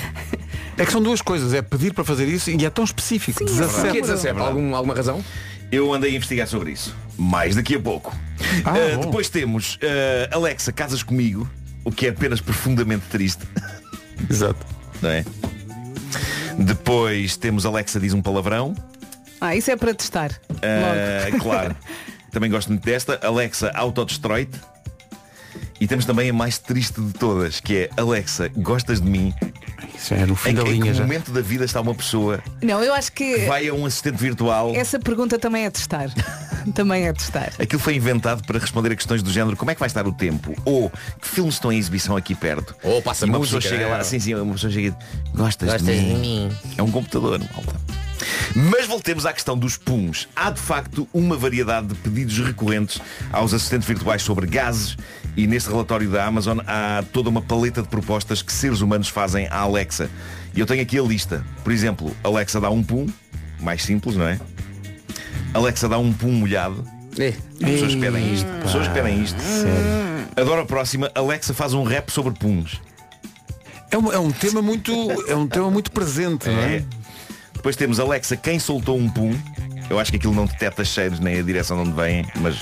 Speaker 1: É que são duas coisas, é pedir para fazer isso e é tão específico. 17.
Speaker 9: é
Speaker 14: Porquê 17? Algum-
Speaker 9: alguma razão?
Speaker 14: Eu andei a investigar sobre isso. Mais daqui a pouco. Uh, depois temos uh, Alexa, casas comigo, o que é apenas profundamente triste.
Speaker 1: Exato.
Speaker 14: Não é? Depois temos Alexa diz um palavrão.
Speaker 3: Ah, isso é para testar.
Speaker 14: Ah, claro. Também gosto muito desta. Alexa autodestrói-te. E temos também a mais triste de todas, que é Alexa, gostas de mim?
Speaker 1: Isso era o
Speaker 14: é fim em, da linha. Em que momento da vida está uma pessoa
Speaker 3: Não, eu acho que
Speaker 14: que vai a um assistente virtual?
Speaker 3: essa pergunta também é testar. também é testar.
Speaker 14: Aquilo foi inventado para responder a questões do género como é que vai estar o tempo? Ou que filmes estão em exibição aqui perto?
Speaker 9: Ou passa
Speaker 14: e uma
Speaker 9: música,
Speaker 14: pessoa chega
Speaker 9: né?
Speaker 14: lá, sim, sim, uma pessoa chega e diz, gostas,
Speaker 9: Gostas
Speaker 14: de,
Speaker 9: de
Speaker 14: mim?
Speaker 9: mim?
Speaker 14: É um computador, malta. Mas voltemos à questão dos puns. Há de facto uma variedade de pedidos recorrentes aos assistentes virtuais sobre gases e neste relatório da Amazon há toda uma paleta de propostas que seres humanos fazem à Alexa. E eu tenho aqui a lista. Por exemplo, Alexa dá um pum, mais simples, não é? Alexa dá um pum molhado.
Speaker 9: É.
Speaker 14: As pessoas pedem isto. As pessoas pedem isto. Adoro a próxima. Alexa faz um rap sobre puns.
Speaker 1: É um, é um tema muito é um tema muito presente, não é?
Speaker 14: Depois temos Alexa, quem soltou um pum? Eu acho que aquilo não detecta cheiros nem a direção de onde vêm, mas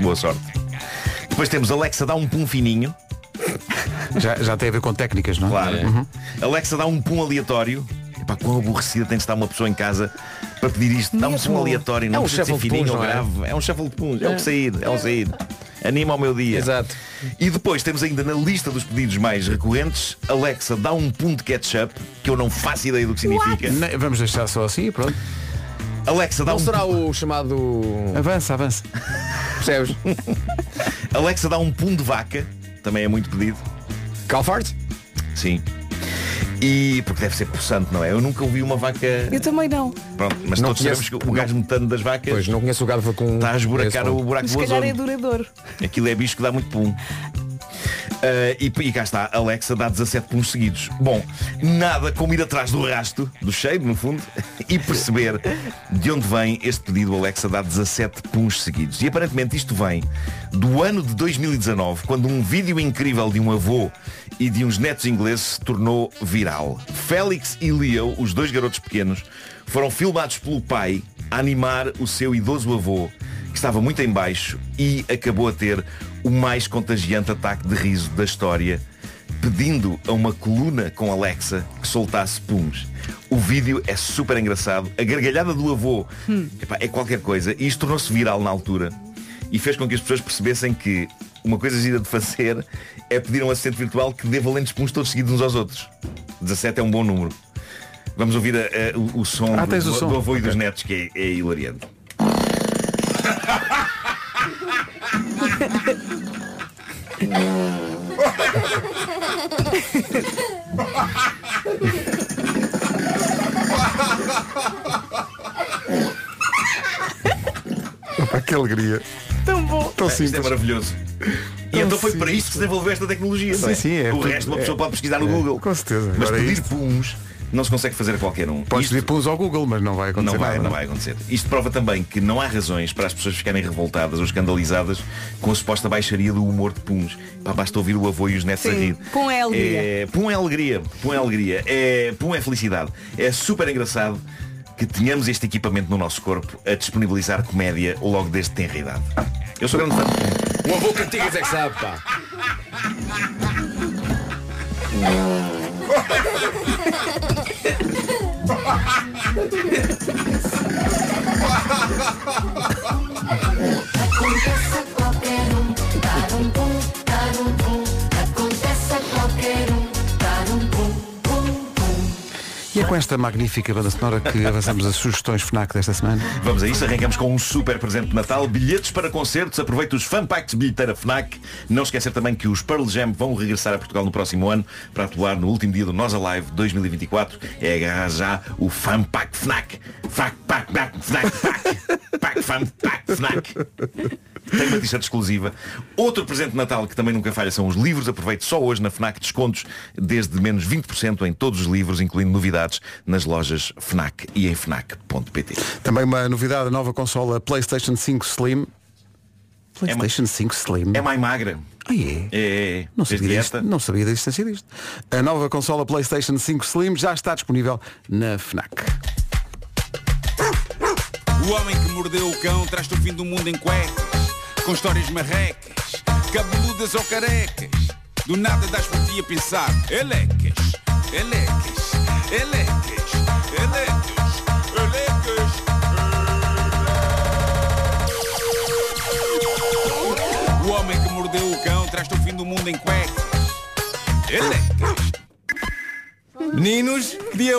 Speaker 14: boa sorte. Depois temos Alexa, dá um pum fininho. É.
Speaker 1: Já, já tem a ver com técnicas, não é?
Speaker 14: Claro.
Speaker 1: Uhum.
Speaker 14: Alexa, dá um pum aleatório. Epá, quão aborrecida tem de estar uma pessoa em casa para pedir isto. Dá um pum aleatório, não
Speaker 9: É um
Speaker 14: precisa ser
Speaker 9: shuffle de
Speaker 14: fininho
Speaker 9: puns,
Speaker 14: ou
Speaker 9: não é?
Speaker 14: grave. É um shuffle de puns, é,
Speaker 9: É.
Speaker 14: um saído, é um saído. Anima o meu dia. Exato. E depois temos ainda na lista dos pedidos mais recorrentes, Alexa, dá um pum de ketchup, que eu não faço ideia do que significa.
Speaker 1: Ne- Vamos deixar só assim, pronto.
Speaker 14: Alexa, dá
Speaker 9: Não
Speaker 14: um
Speaker 9: será o chamado.
Speaker 1: Avança, avança.
Speaker 9: Percebes?
Speaker 14: Alexa dá um pum de vaca, também é muito pedido.
Speaker 9: Calfart?
Speaker 14: Sim. E porque deve ser possante, não é? Eu nunca ouvi uma vaca.
Speaker 3: Eu também não.
Speaker 14: Pronto, mas
Speaker 9: Não
Speaker 14: todos
Speaker 9: conheço-
Speaker 14: sabemos que o gás metano das vacas. Pois,
Speaker 9: não conheço o gado com.
Speaker 14: Está a esburacar
Speaker 9: Esse
Speaker 14: o
Speaker 9: pum.
Speaker 14: buraco
Speaker 3: Mas
Speaker 14: do
Speaker 3: se calhar
Speaker 14: ozono.
Speaker 3: é duradouro.
Speaker 14: Aquilo é bicho que dá muito pum. Ah, e, e cá está, Alexa dá 17 puns seguidos. Bom, nada como ir atrás do rasto, do cheiro, no fundo, e perceber de onde vem este pedido Alexa dá 17 puns seguidos. E aparentemente isto vem do ano de 2019, quando um vídeo incrível de um avô e de uns netos ingleses se tornou viral. Félix e Leo, os dois garotos pequenos, foram filmados pelo pai a animar o seu idoso avô, que estava muito em baixo e acabou a ter o mais contagiante ataque de riso da história, pedindo a uma coluna com Alexa que soltasse puns. O vídeo é super engraçado. A gargalhada do avô epá, é qualquer coisa. E isto tornou-se viral na altura e fez com que as pessoas percebessem que uma coisa gira de fazer é pedir a um assistente virtual que dê valentes puns todos seguidos uns aos outros. 17 é um bom número. Vamos ouvir a- a- o, o som,
Speaker 1: Ah,
Speaker 14: do,
Speaker 1: tens o
Speaker 14: do-
Speaker 1: som.
Speaker 14: do avô e dos netos, que é, é hilariante.
Speaker 1: Opa, que alegria.
Speaker 3: Tão bom.
Speaker 1: Tão
Speaker 14: Isto
Speaker 1: simples.
Speaker 14: é maravilhoso. E então foi para isto que se desenvolveu esta tecnologia. não é?
Speaker 1: Sim, sim, é.
Speaker 14: o resto uma pessoa
Speaker 1: É.
Speaker 14: pode pesquisar no
Speaker 1: É,
Speaker 14: Google.
Speaker 1: Com certeza.
Speaker 14: Mas
Speaker 1: Agora
Speaker 14: pedir
Speaker 1: isto-
Speaker 14: puns não se consegue fazer a qualquer um.
Speaker 1: Podes
Speaker 14: Isto-
Speaker 1: pedir puns ao Google, mas não é? vai acontecer
Speaker 14: Não vai,
Speaker 1: nada.
Speaker 14: não vai acontecer. Isto prova também que não há razões para as pessoas ficarem revoltadas ou escandalizadas com a suposta baixaria do humor de Puns. Pá, basta ouvir o avô e os netos a
Speaker 3: Sim,
Speaker 14: rir.
Speaker 3: Pum é alegria.
Speaker 14: É, pum é alegria. Pum é alegria. É, pum é felicidade. É super engraçado que tenhamos este equipamento no nosso corpo a disponibilizar comédia logo desde tenra idade. Eu sou grande fã.
Speaker 9: O avô cantigas é que sabe, pá.
Speaker 8: Acontece a qualquer um, dar um pum, dar um pum. Acontece a qualquer um, dar um pum, pum, pum.
Speaker 1: E é com esta magnífica banda sonora que avançamos as sugestões FNAC desta semana.
Speaker 14: Vamos a isso, arrancamos com um super presente de Natal, bilhetes para concertos, aproveita os fan packs de bilheteira FNAC. Não esquecer também que os Pearl Jam vão regressar a Portugal no próximo ano para atuar no último dia do Nós Alive 2024. É agarrar já o fan pack FNAC. FNAC, pack, pack, FNAC, pack, pack, fan pack, FNAC. Tem uma t-shirt exclusiva. Outro presente de Natal que também nunca falha são os livros. Aproveite só hoje na FNAC descontos desde menos 20% em todos os livros, incluindo novidades nas lojas FNAC e em FNAC.pt.
Speaker 1: Também uma novidade, a nova consola PlayStation 5 Slim. PlayStation 5 Slim. É
Speaker 14: mais magra.
Speaker 1: Ah, é?
Speaker 14: É, é.
Speaker 1: Não
Speaker 14: Fez
Speaker 1: sabia,
Speaker 14: dieta.
Speaker 1: disto, não sabia da existência disto. A nova consola PlayStation 5 Slim já está disponível na FNAC.
Speaker 11: O homem que mordeu o cão traz-te o fim do mundo em cuecas, com histórias marrecas, cabeludas ou carecas. Do nada das por ti a pensar, elecas, elecas, elecas, elecas, elecas. O homem que mordeu o cão traz-te o fim do mundo em cuecas. Elecas.
Speaker 1: Meninos, dia.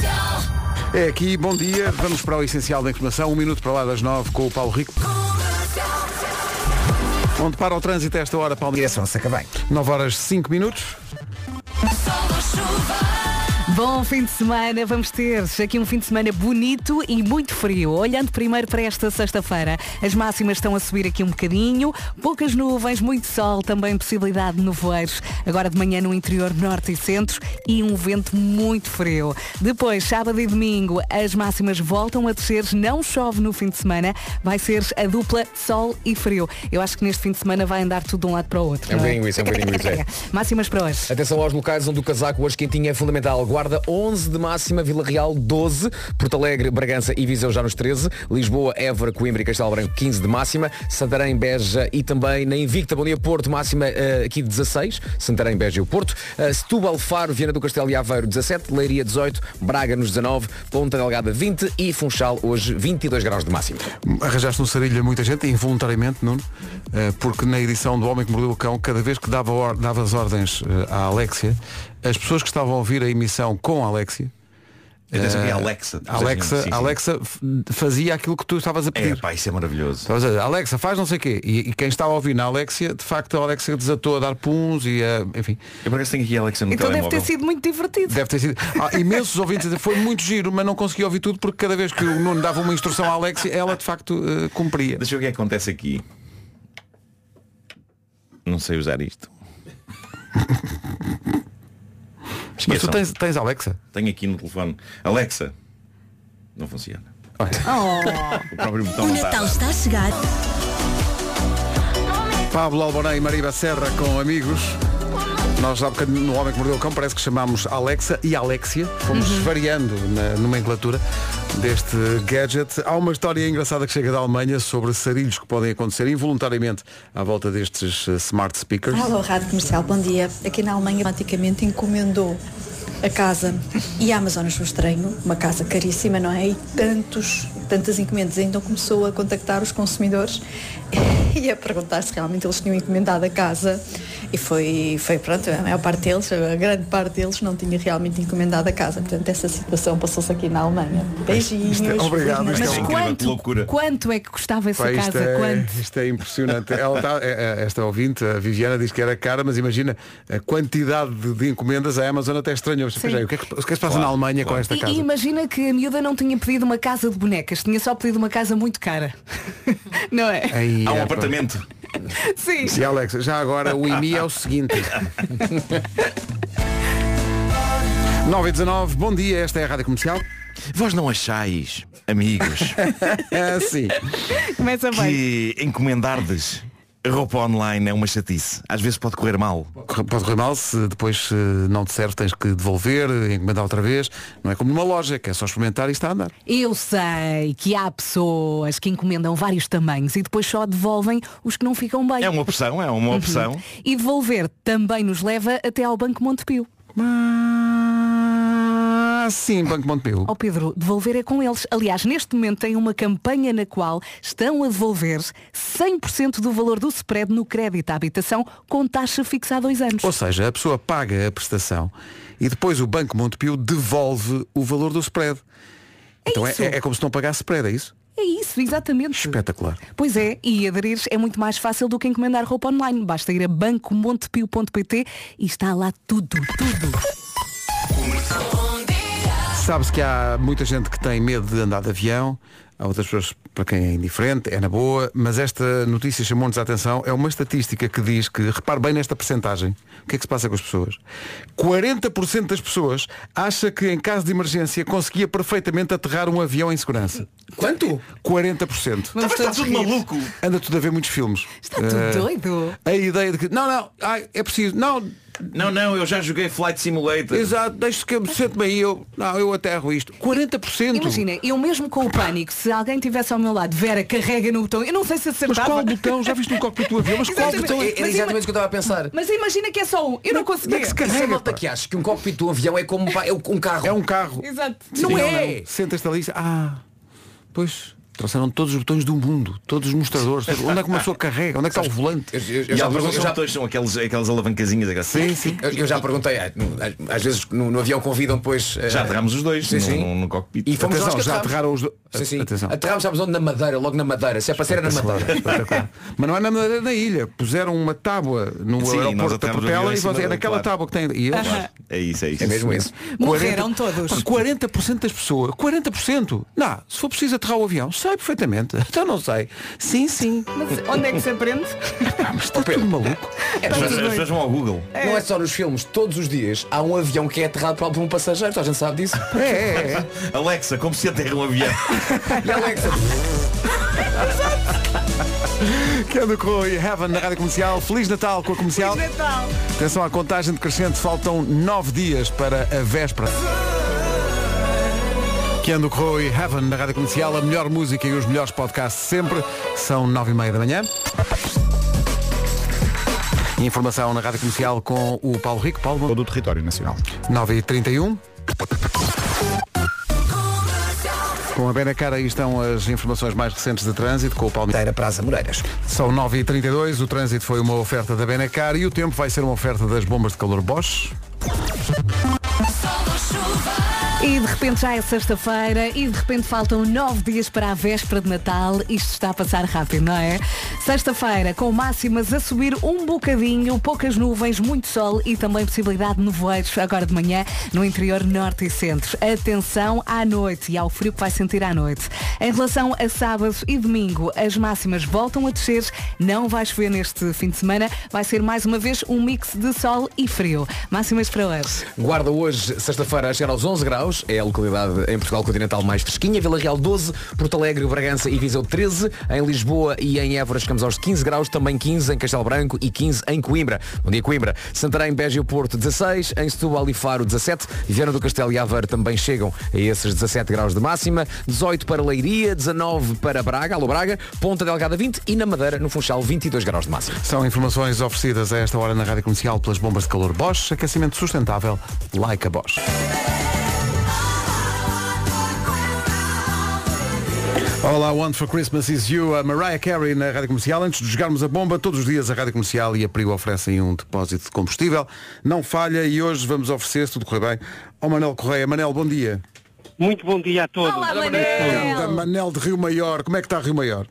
Speaker 1: É aqui, bom dia. Vamos para o essencial da informação. Um minuto para lá das nove com o Paulo Rico. Onde para o trânsito a esta hora, Paulo?
Speaker 6: Direção a Sacavém.
Speaker 1: 9 horas 5 minutos.
Speaker 3: Bom fim de semana, vamos ter aqui um fim de semana bonito e muito frio. Olhando primeiro para esta sexta-feira, as máximas estão a subir aqui um bocadinho, poucas nuvens, muito sol, também possibilidade de nevoeiros, agora de manhã no interior norte e centro e um vento muito frio. Depois, sábado e domingo, as máximas voltam a descer, não chove no fim de semana, vai ser a dupla sol e frio. Eu acho que neste fim de semana vai andar tudo de um lado para o outro.
Speaker 9: É um
Speaker 3: não
Speaker 9: bocadinho isso, é um bocadinho isso, é.
Speaker 3: Máximas para hoje.
Speaker 9: Atenção aos locais onde o casaco hoje quentinho é fundamental. Guarda 11 de máxima, Vila Real 12, Porto Alegre, Bragança e Viseu já nos 13, Lisboa, Évora, Coimbra e Castelo Branco 15 de máxima, Santarém, Beja e também na Invicta, Bom Dia Porto, máxima eh, aqui 16, Santarém, Beja e o Porto, Eh, Setúbal, Faro, Viana do Castelo e Aveiro 17, Leiria 18, Braga nos 19, Ponta Delgada 20 e Funchal hoje 22 graus de máxima.
Speaker 1: Arranjaste um sarilho a muita gente, involuntariamente, Nuno, eh, porque na edição do Homem que Mordeu o Cão, cada vez que dava or- dava as ordens eh, à Alexia, as pessoas que estavam a ouvir a emissão com a Alexia,
Speaker 14: Atenção que é
Speaker 1: eh,
Speaker 14: Alexa.
Speaker 1: Alexa,
Speaker 14: Sim, sim.
Speaker 1: Alexa f- fazia aquilo que tu estavas a pedir.
Speaker 14: É, pá, isso é maravilhoso.
Speaker 1: Estavas a dizer, Alexa, faz não sei o quê. E, e quem estava a ouvir na Alexia, de facto a Alexia desatou a dar puns e a. Enfim.
Speaker 14: Eu parece que tenho aqui a Alexia no
Speaker 3: Então deve ter sido muito divertido.
Speaker 1: Deve ter sido. Há imensos ouvintes a dizer, foi muito giro, mas não consegui ouvir tudo porque cada vez que o Nuno dava uma instrução à Alexia, ela de facto eh, cumpria.
Speaker 14: Deixa eu ver o que é que acontece aqui. Não sei usar isto.
Speaker 1: Mas tu
Speaker 14: Esqueçam.
Speaker 1: tens, tens Alexa?
Speaker 14: Tenho aqui no telefone. Alexa. Não funciona. O próprio botão
Speaker 8: O
Speaker 14: não está.
Speaker 8: Natal está a chegar.
Speaker 1: Pablo Alboné e Maria Serra com amigos. Nós há bocadinho no Homem que Mordeu o Cão parece que chamámos Alexa e Alexia. Fomos
Speaker 3: Uhum.
Speaker 1: variando na nomenclatura deste gadget. Há uma história engraçada que chega da Alemanha sobre sarilhos que podem acontecer involuntariamente à volta destes eh, smart speakers.
Speaker 15: Alô, Rádio Comercial, bom dia. Aqui na Alemanha, praticamente encomendou a casa e a Amazon nos estranho, uma casa caríssima, não é? E tantos tantas encomendas. Então começou a contactar os consumidores e a perguntar se realmente eles tinham encomendado a casa. E foi, foi pronto, a maior parte deles, a grande parte deles não tinha realmente encomendado a casa. Portanto, essa situação passou-se aqui na Alemanha. Beijinhos.
Speaker 1: Isto é- obrigado,
Speaker 15: beijinhos.
Speaker 1: isto é
Speaker 3: Mas
Speaker 1: um- incrível, que loucura.
Speaker 3: quanto, quanto é que custava essa
Speaker 1: Pá, isto,
Speaker 3: casa?
Speaker 1: é,
Speaker 3: Quanto?
Speaker 1: isto é impressionante. Ela tá- é- é- esta ouvinte, a Viviana, diz que era cara, mas imagina a quantidade de, de encomendas à Amazon até estranhou. Mas,
Speaker 3: Sim.
Speaker 1: pois é, O que é que, o que é que se passa na Alemanha com esta
Speaker 3: E-
Speaker 1: casa?
Speaker 3: E imagina que a miúda não tinha pedido uma casa de bonecas, tinha só pedido uma casa muito cara. não é?
Speaker 1: Aí,
Speaker 14: Há um
Speaker 1: é, pá.
Speaker 14: apartamento.
Speaker 3: Sim.
Speaker 1: E Alex, já agora o IMI é o seguinte. 9 e 19, bom dia, esta é a Rádio Comercial.
Speaker 14: Vós não achais, amigos,
Speaker 1: Ah, sim.
Speaker 3: Começa bem.
Speaker 14: que encomendardes roupa online é uma chatice. Às vezes pode correr mal.
Speaker 1: Pode correr mal, se depois eh, não te serve tens que devolver, eh, encomendar outra vez. Não é como numa loja, que é só experimentar e está a andar.
Speaker 3: Eu sei que há pessoas que encomendam vários tamanhos e depois só devolvem os que não ficam bem.
Speaker 14: É
Speaker 1: um-
Speaker 14: uma opção, é
Speaker 1: Uhum.
Speaker 14: uma opção.
Speaker 3: E devolver também nos leva até ao Banco Montepio.
Speaker 1: Ah, sim, Banco Montepio.
Speaker 3: Ó Pedro, devolver é com eles. Aliás, neste momento tem uma campanha na qual estão a devolver 100% do valor do spread no crédito à habitação com taxa fixa há dois anos.
Speaker 1: Ou seja, a pessoa paga a prestação e depois o Banco Montepio devolve o valor do spread. então é,
Speaker 3: isso.
Speaker 1: é- é como se não pagasse spread, é isso?
Speaker 3: É isso, exatamente.
Speaker 1: Espetacular.
Speaker 3: Pois é, e aderir é muito mais fácil do que encomendar roupa online. Basta ir a bancomontepio.pt e está lá tudo, tudo.
Speaker 1: Sabe-se que há muita gente que tem medo de andar de avião, há outras pessoas para quem é indiferente, é na boa, mas esta notícia chamou-nos a atenção, é uma estatística que diz que, repare bem nesta percentagem, o que é que se passa com as pessoas? 40% das pessoas acha que em caso de emergência conseguia perfeitamente aterrar um avião em segurança.
Speaker 9: Quanto?
Speaker 1: 40%.
Speaker 3: Mas
Speaker 9: tá
Speaker 3: está tudo
Speaker 1: é
Speaker 3: maluco.
Speaker 1: Anda tudo a ver muitos filmes. Está
Speaker 3: tudo doido.
Speaker 1: A ideia de que, não, não, ai, é preciso, não,
Speaker 14: Não, não, eu já joguei Flight Simulator.
Speaker 1: exato, deixe que eu me sente-me aí, eu, não, eu aterro isto. 40%.
Speaker 3: Imagina, eu mesmo com o pânico, se alguém estivesse ao meu lado, Vera, carrega no botão, eu não sei se acertava.
Speaker 1: Mas qual botão? Já viste no cockpit do avião? Mas qual
Speaker 3: Exatamente.
Speaker 1: botão?
Speaker 9: Era
Speaker 3: Mas
Speaker 9: é- exatamente o que eu estava a pensar.
Speaker 3: Mas imagina que é só um, eu não conseguia.
Speaker 9: Isso é malta que acha que um cockpit do avião é como pá, é um carro.
Speaker 1: É um carro.
Speaker 3: Exato.
Speaker 9: Não
Speaker 1: Sim,
Speaker 9: é.
Speaker 1: não. Sentas-te ali e diz, ah, pois, trouxeram todos os botões do mundo, todos os mostradores, tudo. onde é que uma pessoa carrega, onde é que está o volante?
Speaker 14: E alguns não são botões, são aqueles, aquelas alavancazinhas. aquelas-
Speaker 9: Eu, eu já perguntei, ah, no- às- às vezes no, no avião convidam depois.
Speaker 14: Já
Speaker 9: aterramos
Speaker 14: aterramos os dois
Speaker 9: sim,
Speaker 14: no-
Speaker 9: sim.
Speaker 14: no- no cockpit.
Speaker 9: E fomos
Speaker 1: Atenção,
Speaker 9: nós que
Speaker 1: já
Speaker 9: aterramos.
Speaker 1: aterraram os dois.
Speaker 9: Sim, sim.
Speaker 1: Atenção.
Speaker 9: Aterramos, sabes onde? Na Madeira, logo na Madeira. Se é para ser, é na Madeira.
Speaker 1: Mas não é na madeira na ilha. Puseram uma tábua no
Speaker 14: Sim, nós
Speaker 1: aeroporto da
Speaker 14: aterramos o
Speaker 1: Portela
Speaker 14: avião em
Speaker 1: e
Speaker 14: cima
Speaker 1: você, é
Speaker 14: da-
Speaker 1: naquela
Speaker 14: claro.
Speaker 1: tábua que tem. E eles,
Speaker 3: Aham.
Speaker 14: É isso, é isso.
Speaker 9: É mesmo isso.
Speaker 3: Morreram todos.
Speaker 1: Pá, 40% das pessoas. 40%! Não, se for preciso aterrar o avião, sai perfeitamente. Então não sai. Sim, sim.
Speaker 3: Mas onde é que se aprende?
Speaker 1: Ah, mas está tudo maluco.
Speaker 14: As pessoas- as pessoas vão ao Google.
Speaker 9: Não é só nos filmes, todos os dias há um avião que é aterrado por algum passageiro, toda a gente sabe disso.
Speaker 1: É, é, é.
Speaker 14: Alexa, como se aterra um avião?
Speaker 9: E Alexa,
Speaker 1: Kendo Crow e é Heaven na Rádio Comercial. Feliz Natal com a Comercial.
Speaker 3: Natal.
Speaker 1: Atenção à contagem decrescente. Faltam nove dias para a véspera. Kendo Crow e Heaven na Rádio Comercial. A melhor música e os melhores podcasts sempre. São nove e meia da manhã. Informação na Rádio Comercial com o Paulo Rico. Paulo,
Speaker 10: Todo o território nacional.
Speaker 1: 9 e 31 Com a Benacar aí estão as informações mais recentes de trânsito com o Palmeira
Speaker 6: para as Amoreiras.
Speaker 1: São 9h32, o trânsito foi uma oferta da Benacar e o tempo vai ser uma oferta das bombas de calor Bosch.
Speaker 3: E de repente já é sexta-feira e de repente faltam nove dias para a véspera de Natal. Isto está a passar rápido, não é? Sexta-feira, com máximas a subir um bocadinho, poucas nuvens, muito sol e também possibilidade de nevoeiros agora de manhã no interior norte e centro. Atenção à noite e ao frio que vai sentir à noite. Em relação a sábado e domingo, as máximas voltam a descer. Não vai chover neste fim de semana. Vai ser mais uma vez um mix de sol e frio. Máximas para hoje.
Speaker 9: Guarda hoje, sexta-feira, a chegar aos 11 graus. É a localidade em Portugal continental mais fresquinha. Vila Real 12, Porto Alegre, Bragança e Viseu 13. Em Lisboa e em Évora chegamos aos 15 graus. Também 15 em Castelo Branco e 15 em Coimbra. Bom dia, Coimbra. Santarém, Beja e o Porto 16. Em Setúbal e Faro 17. Viana do Castelo e Aveiro também chegam a esses 17 graus de máxima. 18 para Leiria, 19 para Braga, Alô Braga. Ponta Delgada 20 e na Madeira, no Funchal, 22 graus de máxima.
Speaker 1: São informações oferecidas a esta hora na Rádio Comercial pelas bombas de calor Bosch, aquecimento sustentável, like a Bosch. Olá, One for Christmas is You, a Mariah Carey na Rádio Comercial. Antes de jogarmos a bomba, todos os dias a Rádio Comercial e a Prigo oferecem um depósito de combustível. Não falha e hoje vamos oferecer, se tudo correr bem, ao Manel Correia. Manel, bom dia.
Speaker 12: Muito bom dia a todos.
Speaker 1: Olá, Da Manel de Rio Maior. Como é que está Rio Maior?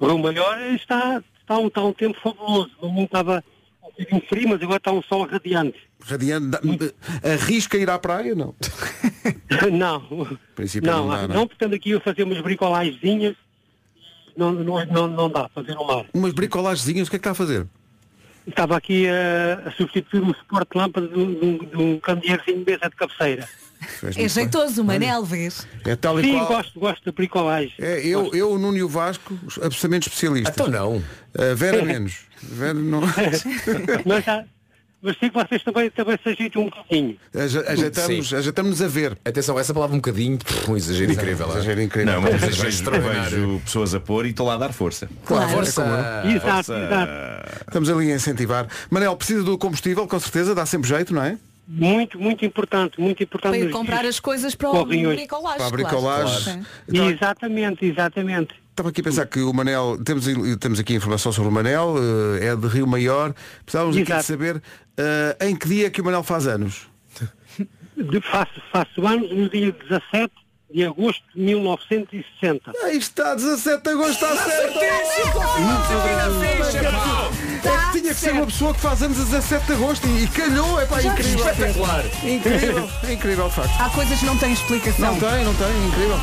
Speaker 12: Rio Maior um está, está, um, está um tempo fabuloso. O mundo estava um bocadinho frio, mas agora está um sol radiante.
Speaker 1: Radiante. dá- Arrisca ir à praia? Não.
Speaker 12: não.
Speaker 1: princípio
Speaker 12: Não,
Speaker 1: não dá,
Speaker 12: não,
Speaker 1: não. é?
Speaker 12: portanto aqui eu fazer umas bricolagenzinhas não, não, não, não dá fazer o mar.
Speaker 1: Umas bricolagenzinhas, o que é que está a fazer?
Speaker 12: Estava aqui a, a substituir um suporte de lâmpada de um, de um- de um candeeirozinho de mesa de cabeceira.
Speaker 3: É jeitoso, o Manel, vês?
Speaker 1: É tal e
Speaker 12: Sim,
Speaker 1: qual.
Speaker 12: gosto, gosto da bricolagem.
Speaker 1: É, eu, eu, o Nuno e o Vasco, absolutamente especialistas. Então não. A Vera menos. A Vera não.
Speaker 12: mas, há- mas sei que vocês também, também se ajeitam um bocadinho.
Speaker 1: Aje- Ajeitamos, ajeitamos a ver.
Speaker 9: Atenção, essa palavra um bocadinho, pff, um exagero incrível. ah.
Speaker 1: Exagero incrível.
Speaker 14: Não, mas
Speaker 9: Exagero
Speaker 14: vejo,
Speaker 9: extraordinário.
Speaker 14: vejo pessoas a pôr e estou lá a dar força.
Speaker 1: Claro,
Speaker 14: Força.
Speaker 1: é como eu.
Speaker 14: Exato, exato.
Speaker 1: Estamos ali a incentivar. Manel, precisa do combustível, com certeza, dá sempre jeito, não é?
Speaker 12: Muito, muito importante, muito importante.
Speaker 3: Para ir
Speaker 1: um
Speaker 12: nos
Speaker 3: comprar
Speaker 12: dias
Speaker 3: as coisas para o
Speaker 12: correm hoje.
Speaker 3: bricolagem.
Speaker 1: Para a
Speaker 3: claro.
Speaker 1: bricolagem.
Speaker 3: Sim.
Speaker 12: Exatamente, exatamente.
Speaker 1: Estava aqui a pensar que o Manel, temos, temos aqui informação sobre o Manel, eh, é de Rio Maior. Precisávamos aqui de
Speaker 12: Exato.
Speaker 1: saber eh, em que dia é que o Manel faz anos.
Speaker 12: De- faço, faço anos no dia 17 de agosto de 1960.
Speaker 1: Aí Ah, está, 17 de agosto, está certo!
Speaker 3: Tá
Speaker 1: É que tinha que ser uma pessoa que faz anos a 17 de agosto e, e calhou, é pá,
Speaker 3: Já
Speaker 1: incrível.
Speaker 3: viste? Espetacular.
Speaker 1: Incrível, é incrível de facto.
Speaker 3: Há coisas que não têm explicação.
Speaker 1: Não tá. tem, não tem, incrível.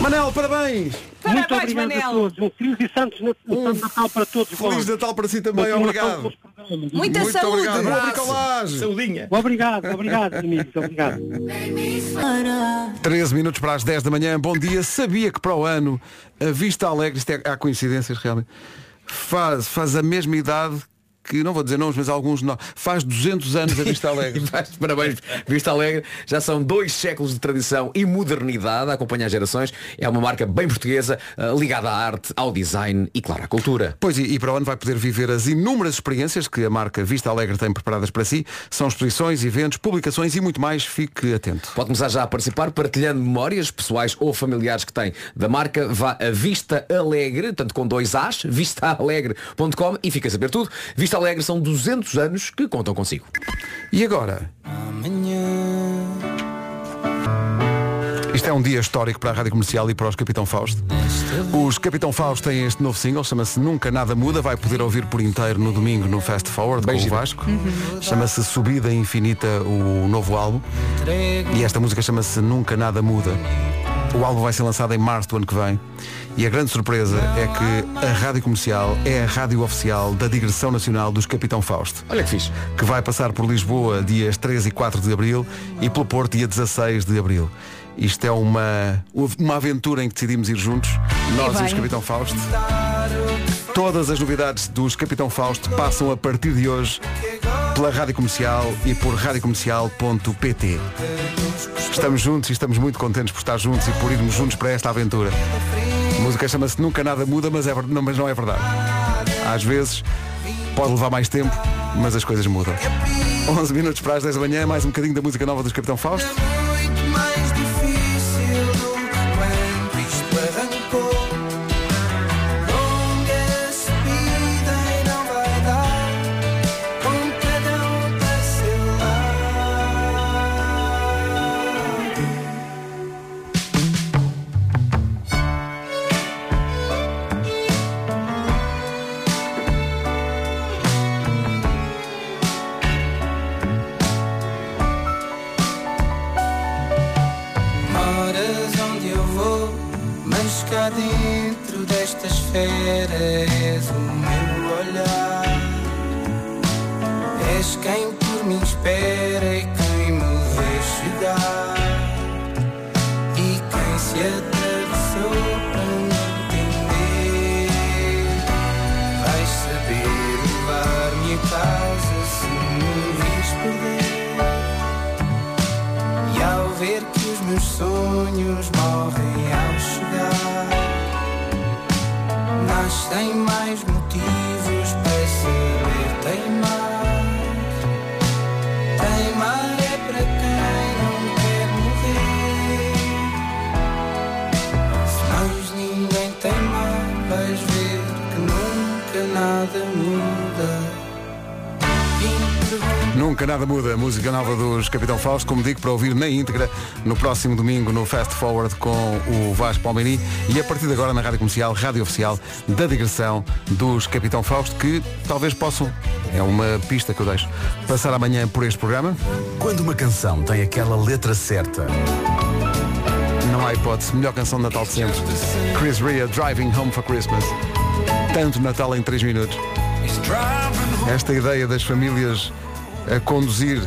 Speaker 1: Manel, parabéns!
Speaker 12: Muito obrigado a todos. Um feliz e santos Nat- um Santo Natal para todos.
Speaker 1: Feliz Natal para si também,
Speaker 12: Continuação
Speaker 1: obrigado.
Speaker 12: com os programas.
Speaker 1: Muita Muito saúde. obrigado. Um Boa bricolagem. Saudinha.
Speaker 12: Obrigado, obrigado, amigos. Obrigado.
Speaker 1: 13 minutos para as 10 da manhã, bom dia. Sabia que para o ano a Vista Alegre, isto é, há coincidências realmente, faz, faz a mesma idade que, não vou dizer nomes, mas alguns não, faz 200 anos a Vista Alegre.
Speaker 9: Vais- Parabéns, Vista Alegre. Já são dois séculos de tradição e modernidade a acompanhar gerações. É uma marca bem portuguesa, eh, ligada à arte, ao design e, claro, à cultura.
Speaker 1: Pois e, e para onde vai poder viver as inúmeras experiências que a marca Vista Alegre tem preparadas para si. São exposições, eventos, publicações e muito mais. Fique atento.
Speaker 9: Pode começar já a participar partilhando memórias pessoais ou familiares que tem da marca. Vá a Vista Alegre, tanto com dois As, vistaalegre.com e fica a saber tudo. Vista Alegre são 200 anos que contam consigo.
Speaker 1: E agora? Isto é um dia histórico para a Rádio Comercial e para os Capitão Fausto. Os Capitão Fausto têm este novo single, chama-se Nunca Nada Muda, vai poder ouvir por inteiro no domingo no Fast Forward com o Vasco. Chama-se Subida Infinita, o novo álbum. E esta música chama-se Nunca Nada Muda. O álbum vai ser lançado em março do ano que vem. E a grande surpresa é que a Rádio Comercial é a rádio oficial da digressão nacional dos Capitão Fausto.
Speaker 9: Olha que fixe.
Speaker 1: Que vai passar por Lisboa dias 3 e 4 de abril e pelo Porto dia 16 de abril. Isto é uma, uma aventura em que decidimos ir juntos, nós e,
Speaker 13: bem.
Speaker 1: os Capitão Fausto. Todas as novidades dos Capitão Fausto passam a partir de hoje pela Rádio Comercial e por radiocomercial.pt. Estamos juntos e estamos muito contentes por estar juntos e por irmos juntos para esta aventura. A música chama-se Nunca Nada Muda, mas, é ver- não- mas não é verdade. Às vezes pode levar mais tempo, mas as coisas mudam. 11 minutos para as 10 da manhã, mais um bocadinho da música nova dos Capitão Fausto.
Speaker 8: Muito mais difícil do que quando isto arrancou. Longa subida e não vai dar. Com cada um para seu lado. Horas onde eu vou, mas cá dentro desta esfera és o meu olhar. És quem por mim espera e quem me vê chegar. E quem se atravessou para me entender. Vais saber levar-me a casa se me vis perder. E ao ver que os meus sonhos morrem ao chegar, nascem mais motivos para saber teimar. Teimar é para quem não quer morrer. Se mais ninguém nada muda.
Speaker 1: Nunca nada muda, música nova dos Capitão Fausto, como digo, para ouvir na íntegra no próximo domingo no Fast Forward com o Vasco Palmeirim e a partir de agora na Rádio Comercial, Rádio Oficial da digressão dos Capitão Fausto, que talvez possam, é uma pista que eu deixo, passar amanhã por este programa.
Speaker 16: Quando uma canção tem aquela letra certa.
Speaker 1: Não há hipótese, melhor canção de Natal de sempre. Chris Rea, Driving Home for Christmas. Tanto Natal em 3 minutos. Esta ideia das famílias a conduzir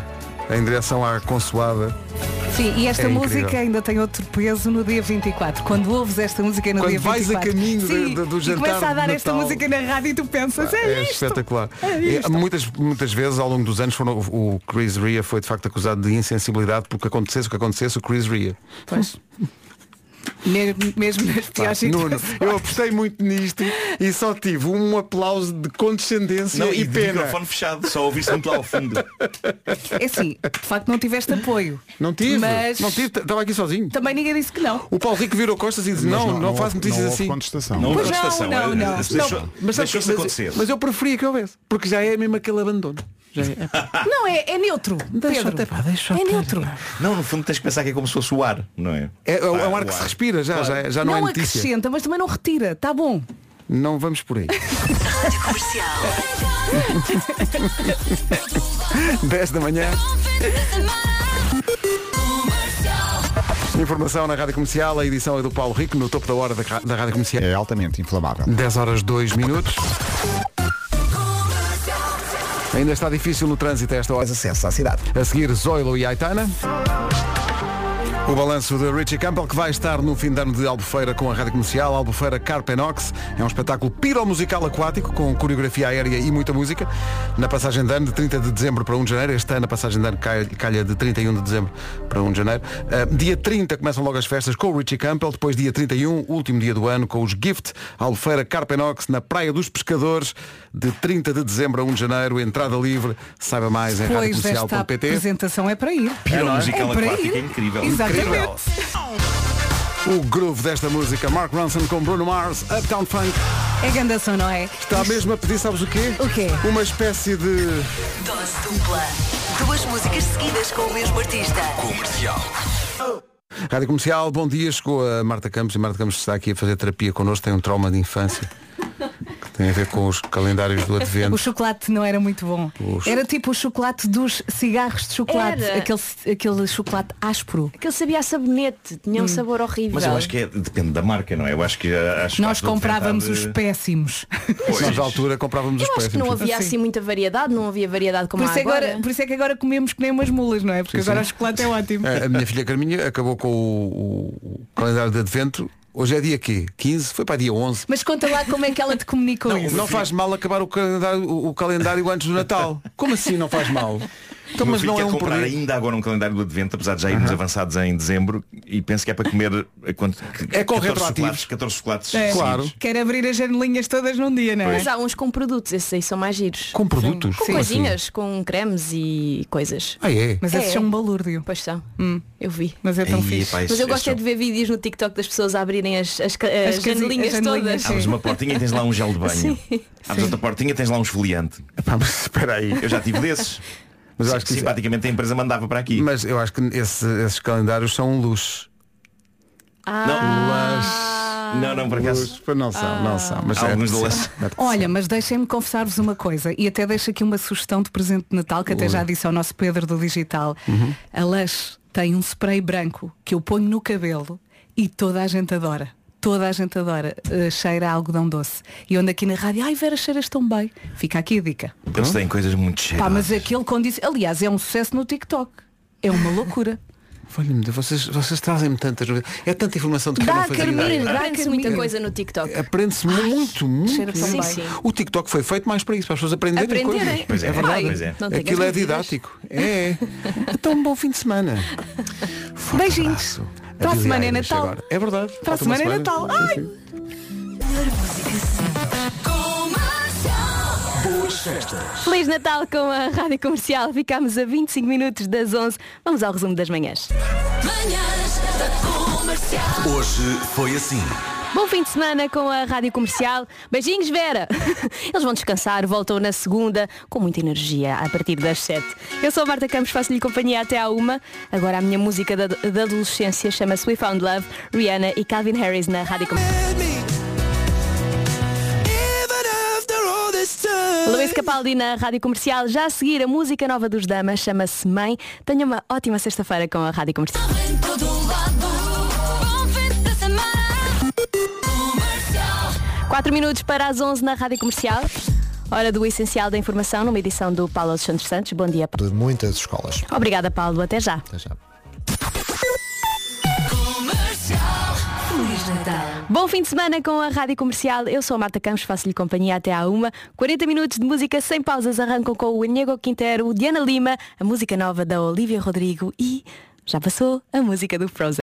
Speaker 1: em direção à consoada.
Speaker 3: Sim, e esta
Speaker 1: É incrível.
Speaker 3: música ainda tem outro peso no dia 24. Quando ouves esta música no
Speaker 1: Quando
Speaker 3: dia
Speaker 1: vais
Speaker 3: 24.
Speaker 1: a caminho de-
Speaker 3: Sim,
Speaker 1: de- do jantar
Speaker 3: E começa a dar
Speaker 1: de
Speaker 3: esta
Speaker 1: Natal.
Speaker 3: música na rádio e tu pensas, é,
Speaker 1: é
Speaker 3: isto.
Speaker 1: espetacular.
Speaker 3: É
Speaker 1: E
Speaker 3: isto.
Speaker 1: muitas, muitas vezes ao longo dos anos foram- o Chris Ria foi de facto acusado de insensibilidade porque acontecesse o que acontecesse, o Chris Ria.
Speaker 3: Pois. Mesmo, mesmo nas
Speaker 1: Pá,
Speaker 3: piores situações.
Speaker 1: Nuno, eu apostei muito nisto e só tive um aplauso de condescendência
Speaker 14: Não,
Speaker 1: e,
Speaker 14: e de
Speaker 1: pena.
Speaker 14: microfone fechado, só ouvir-se muito lá ao fundo.
Speaker 3: É assim, de facto não tiveste apoio.
Speaker 1: Não tive,
Speaker 3: Mas
Speaker 1: não tive, estava aqui sozinho.
Speaker 3: também ninguém disse que não.
Speaker 1: O Paulo Rico virou costas e disse,
Speaker 10: Mas
Speaker 1: não, não,
Speaker 10: não- não houve-
Speaker 1: faz notícias
Speaker 10: não houve
Speaker 1: assim.
Speaker 10: contestação. Não houve
Speaker 1: Pois
Speaker 10: contestação,
Speaker 14: eh,
Speaker 3: não, não.
Speaker 1: Mas
Speaker 3: Deixou-
Speaker 1: sabes- mas
Speaker 14: deixou-se
Speaker 1: mas-
Speaker 14: acontecer.
Speaker 1: Mas eu preferia que houvesse, porque já é mesmo aquele abandono. Já é.
Speaker 3: Não, é, é neutro.
Speaker 1: Deixa
Speaker 3: Pedro.
Speaker 1: até, pá, deixa
Speaker 3: é neutro.
Speaker 14: Não, no fundo tens que pensar que é como se fosse o ar, não é?
Speaker 1: É, é o- é
Speaker 14: Pá,
Speaker 1: o ar que se respira, já, já, já não, é notícia.
Speaker 3: acrescenta, mas também não retira. Está bom.
Speaker 1: Não vamos por aí.
Speaker 7: Comercial.
Speaker 1: 10 da manhã. Informação na Rádio Comercial, a edição é do Paulo Rico, no topo da hora da, ra- da Rádio Comercial. É altamente inflamável. 10 horas 2 minutos. Ainda está difícil no trânsito a esta hora. acesso à cidade. A seguir, Zoilo e Aitana. O balanço de Richie Campbell que vai estar no fim de ano de Albufeira com a Rádio Comercial, Albufeira Carpenox. É um espetáculo piromusical aquático com coreografia aérea e muita música. Na passagem de ano de 30 de dezembro para 1 de janeiro, este ano a passagem de ano cai- calha de 31 de dezembro para 1 de janeiro. Ah, dia 30 começam logo as festas com o Richie Campbell, depois dia 31, último dia do ano com os Gift, Albufeira Carpenox na Praia dos Pescadores de 30 de dezembro a 1 de janeiro, entrada livre. Saiba mais em
Speaker 3: Depois desta
Speaker 1: radiocomercial.pt.
Speaker 3: apresentação é para ir.
Speaker 1: Pior
Speaker 3: não
Speaker 1: musical
Speaker 3: é para
Speaker 1: aquático,
Speaker 3: ir.
Speaker 1: é incrível.
Speaker 3: Exatamente.
Speaker 1: Incrível. O groove desta música, Mark Ronson com Bruno Mars, Uptown Funk.
Speaker 3: É gandação, não é?
Speaker 1: Está mesmo a pedir, sabes o quê? O quê? Uma espécie de.
Speaker 7: Dose dupla. Duas músicas seguidas com o mesmo artista.
Speaker 16: Comercial.
Speaker 1: Rádio Comercial, bom dia. Chegou a Marta Campos e Marta Campos está aqui a fazer terapia connosco, tem um trauma de infância que tem a ver com os calendários do
Speaker 3: O
Speaker 1: Advento.
Speaker 3: chocolate não era muito bom.
Speaker 1: Os-
Speaker 3: Era tipo o chocolate dos cigarros de chocolate.
Speaker 17: Era.
Speaker 3: Aquele, aquele chocolate áspero.
Speaker 17: Aquele sabia a sabonete, tinha um
Speaker 3: Hum.
Speaker 17: sabor horrível.
Speaker 14: Mas eu acho que é- depende da marca, não é? Eu acho que já- acho que
Speaker 3: Nós
Speaker 14: acho que vou
Speaker 3: comprávamos
Speaker 14: tentar
Speaker 3: os
Speaker 14: de-
Speaker 3: péssimos.
Speaker 1: Nós na altura comprávamos
Speaker 17: Eu
Speaker 1: os
Speaker 17: acho que
Speaker 1: péssimos.
Speaker 17: não havia
Speaker 3: Sim.
Speaker 17: assim muita variedade, não havia variedade como
Speaker 3: Por
Speaker 17: há
Speaker 3: isso, é
Speaker 17: agora.
Speaker 3: agora, por isso é que agora comemos que nem umas mulas, não é? Porque
Speaker 1: Sim,
Speaker 3: agora o
Speaker 1: sim.
Speaker 3: chocolate é ótimo.
Speaker 1: A, a minha filha Carminha acabou com o, o calendário de Advento. Hoje é dia quê? 15? Foi para dia 11.
Speaker 3: Mas conta lá como é que ela te comunicou
Speaker 1: Não,
Speaker 3: isso.
Speaker 1: não faz mal acabar o calendário, o- o calendário antes do Natal. Como assim não faz mal? Então,
Speaker 14: O meu
Speaker 1: mas
Speaker 14: filho
Speaker 1: não é
Speaker 14: quer
Speaker 1: um
Speaker 14: comprar
Speaker 1: problema.
Speaker 14: ainda agora um calendário do Advento, apesar de já irmos avançados em dezembro, e penso que é para comer eh, quanto, que-
Speaker 1: É com
Speaker 14: 14
Speaker 1: retroativos.
Speaker 14: chocolates, 14 chocolates.
Speaker 3: É.
Speaker 14: seguidos.
Speaker 3: Quer abrir as janelinhas todas num dia, não é?
Speaker 17: Mas há uns com produtos, esses aí são mais giros.
Speaker 1: Com produtos?
Speaker 17: Com
Speaker 1: Sim.
Speaker 17: coisinhas, com cremes e coisas.
Speaker 1: Ah, é?
Speaker 3: Mas esses são um balúrdio.
Speaker 17: Pois são. Eu vi.
Speaker 3: Mas é
Speaker 14: tão Ei, fixe. pá,
Speaker 17: Mas
Speaker 14: esses-
Speaker 17: eu gosto é
Speaker 14: esses
Speaker 17: de ver vídeos no TikTok das pessoas a abrirem as, as, ca- eh, as
Speaker 3: As casi-
Speaker 17: janelinhas
Speaker 3: as janelinhas,
Speaker 17: todas.
Speaker 14: Abres uma portinha e tens lá um gel de banho.
Speaker 17: Sim.
Speaker 14: Abres outra portinha e tens lá um esfoliante.
Speaker 1: Epá, mas espera aí.
Speaker 14: Eu já tive desses.
Speaker 1: Mas eu acho que isso- é-
Speaker 14: simpaticamente a empresa mandava para aqui.
Speaker 1: Mas eu acho que esse- esses calendários são um luxo.
Speaker 14: Não, não, não, por acaso.
Speaker 1: não são, não são. Mas
Speaker 14: Há
Speaker 1: é
Speaker 14: alguns
Speaker 1: possível.
Speaker 14: deles.
Speaker 3: Olha, mas deixem-me confessar-vos uma coisa e até deixo aqui uma sugestão de presente de Natal que até
Speaker 1: Ui.
Speaker 3: já disse ao nosso Pedro do Digital.
Speaker 1: Uhum.
Speaker 3: A Lush tem um spray branco que eu ponho no cabelo e toda a gente adora. Toda a gente adora. Eh, cheira a algodão doce. E onde aqui na rádio, ai Vera, cheiras tão bem. Fica aqui a dica.
Speaker 14: Eles têm coisas muito
Speaker 3: Pá,
Speaker 14: cheias.
Speaker 3: mas aquele condiz... Aliás, é um sucesso no TikTok. É uma loucura.
Speaker 1: Olha-me, Ah, vocês, vocês trazem-me tantas novidades. É tanta informação de que eu não
Speaker 17: Dá a
Speaker 1: fazia
Speaker 17: Carmir,
Speaker 1: ideia.
Speaker 17: dá a muita coisa no TikTok.
Speaker 1: Aprende-se muito, muito.
Speaker 17: cheira tão
Speaker 1: muito.
Speaker 17: bem. Sim, sim.
Speaker 1: O TikTok foi feito mais para isso, para as pessoas aprenderem
Speaker 17: Aprenderem.
Speaker 1: coisas.
Speaker 17: Pois é,
Speaker 1: verdade.
Speaker 17: pois é. Não tenhas
Speaker 1: Aquilo é
Speaker 17: dúvidas.
Speaker 1: didático. É. Então um bom fim de semana.
Speaker 3: Beijinhos. Para a
Speaker 1: Billie
Speaker 3: semana é
Speaker 1: Eilish
Speaker 3: Natal.
Speaker 1: agora. É verdade.
Speaker 3: Para a
Speaker 1: Falta uma
Speaker 3: semana é Natal.
Speaker 1: Sim,
Speaker 3: Ai!
Speaker 1: sim.
Speaker 7: Boas festas.
Speaker 17: Feliz Natal com a Rádio Comercial. Ficámos a 25 minutos das 11. Vamos ao resumo das manhãs.
Speaker 7: Manhãs da comercial.
Speaker 16: Hoje foi assim.
Speaker 17: Bom fim de semana com a Rádio Comercial. Beijinhos, Vera. Eles vão descansar, voltam na segunda com muita energia a partir das 7. Eu sou a Marta Campos, faço-lhe companhia até à uma. Agora a minha música da, da adolescência chama-se We Found Love, Rihanna e Calvin Harris na Rádio Comercial. Luís Capaldi na Rádio Comercial. Já a seguir, a música nova dos Damas chama-se Mãe. Tenha uma ótima sexta-feira com a Rádio Comercial. Quatro minutos para as 11 na Rádio Comercial. Hora do Essencial da Informação, numa edição do Paulo dos Santos Santos. Bom dia.
Speaker 18: De muitas escolas.
Speaker 17: Obrigada, Paulo. Até já.
Speaker 18: Até já.
Speaker 7: Feliz Natal.
Speaker 17: Bom fim de semana com a Rádio Comercial. Eu sou a Marta Campos, faço-lhe companhia até à uma. 40 minutos de música sem pausas arrancam com o Inigo Quintero, o Diana Lima, a música nova da Olivia Rodrigo e já passou a música do Frozen.